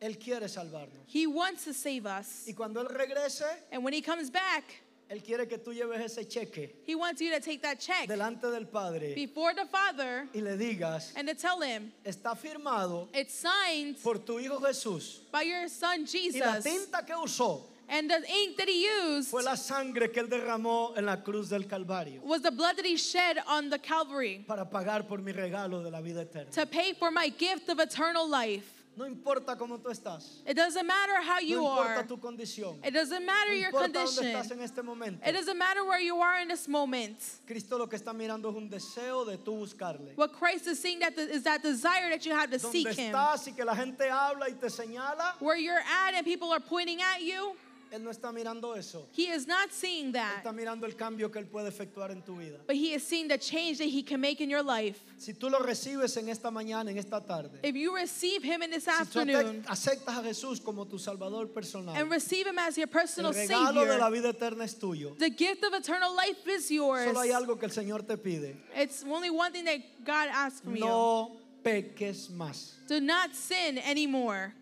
S1: Él quiere salvarnos.
S2: He wants to save us.
S1: Y cuando Él regrese,
S2: And when He comes back,
S1: Él quiere que tú lleves ese cheque
S2: He wants you to take that check
S1: delante del Padre
S2: before the Father
S1: y le digas,
S2: and to tell Him
S1: está firmado
S2: it's signed
S1: por tu Hijo Jesús.
S2: by your Son
S1: Y la
S2: Jesus.
S1: tinta que usó
S2: And the ink that He used
S1: fue la sangre que Él derramó en la cruz del Calvario
S2: was the blood that He shed on the Calvary
S1: para pagar por mi regalo de la vida eterna.
S2: to pay for my gift of eternal life.
S1: No importa cómo tú estás,
S2: It doesn't matter how you
S1: no importa
S2: are,
S1: tu condición,
S2: it
S1: no
S2: doesn't matter your
S1: importa dónde
S2: condition.
S1: estás en este momento.
S2: It doesn't matter where you are in this moment.
S1: Cristo lo que está mirando es un deseo de tú buscarle.
S2: What Christ is seeing that is that desire that you have to seek
S1: Donde
S2: Him.
S1: estás y que la gente habla y te señala,
S2: Where you're at and people are pointing at you,
S1: Él no está mirando eso.
S2: He is not seeing
S1: Él
S2: that,
S1: está mirando el cambio que Él puede efectuar en tu vida.
S2: but He is seeing the change that He can make in your life.
S1: Si tú lo recibes en esta mañana, en esta tarde,
S2: If you receive Him in this
S1: si tú
S2: afternoon
S1: acep- aceptas a Jesús como tu Salvador
S2: and
S1: personal,
S2: receive Him as your
S1: el
S2: personal
S1: regalo de la
S2: Savior,
S1: vida eterna es tuyo.
S2: the gift of eternal life is yours.
S1: Solo hay algo que el Señor te pide.
S2: It's only one thing that God asks from you.
S1: No peques más.
S2: Do not sin anymore.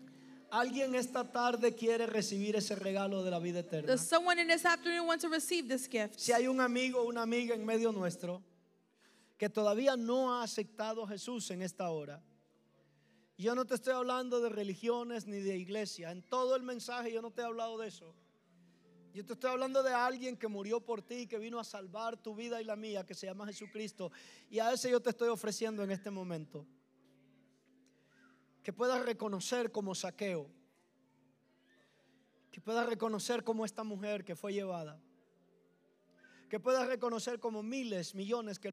S1: ¿Alguien esta tarde quiere recibir ese regalo de la vida eterna?
S2: Does someone in this afternoon want to receive this gift?
S1: Si hay un amigo o una amiga en medio nuestro que todavía no ha aceptado a Jesús en esta hora, yo no te estoy hablando de religiones ni de iglesia. En todo el mensaje yo no te he hablado de eso. Yo te estoy hablando de alguien que murió por ti, que vino a salvar tu vida y la mía, que se llama Jesucristo. Y a ese yo te estoy ofreciendo en este momento. Que puedas reconocer como saqueo. Que puedas reconocer como esta mujer que fue llevada. Que puedas reconocer como miles, millones que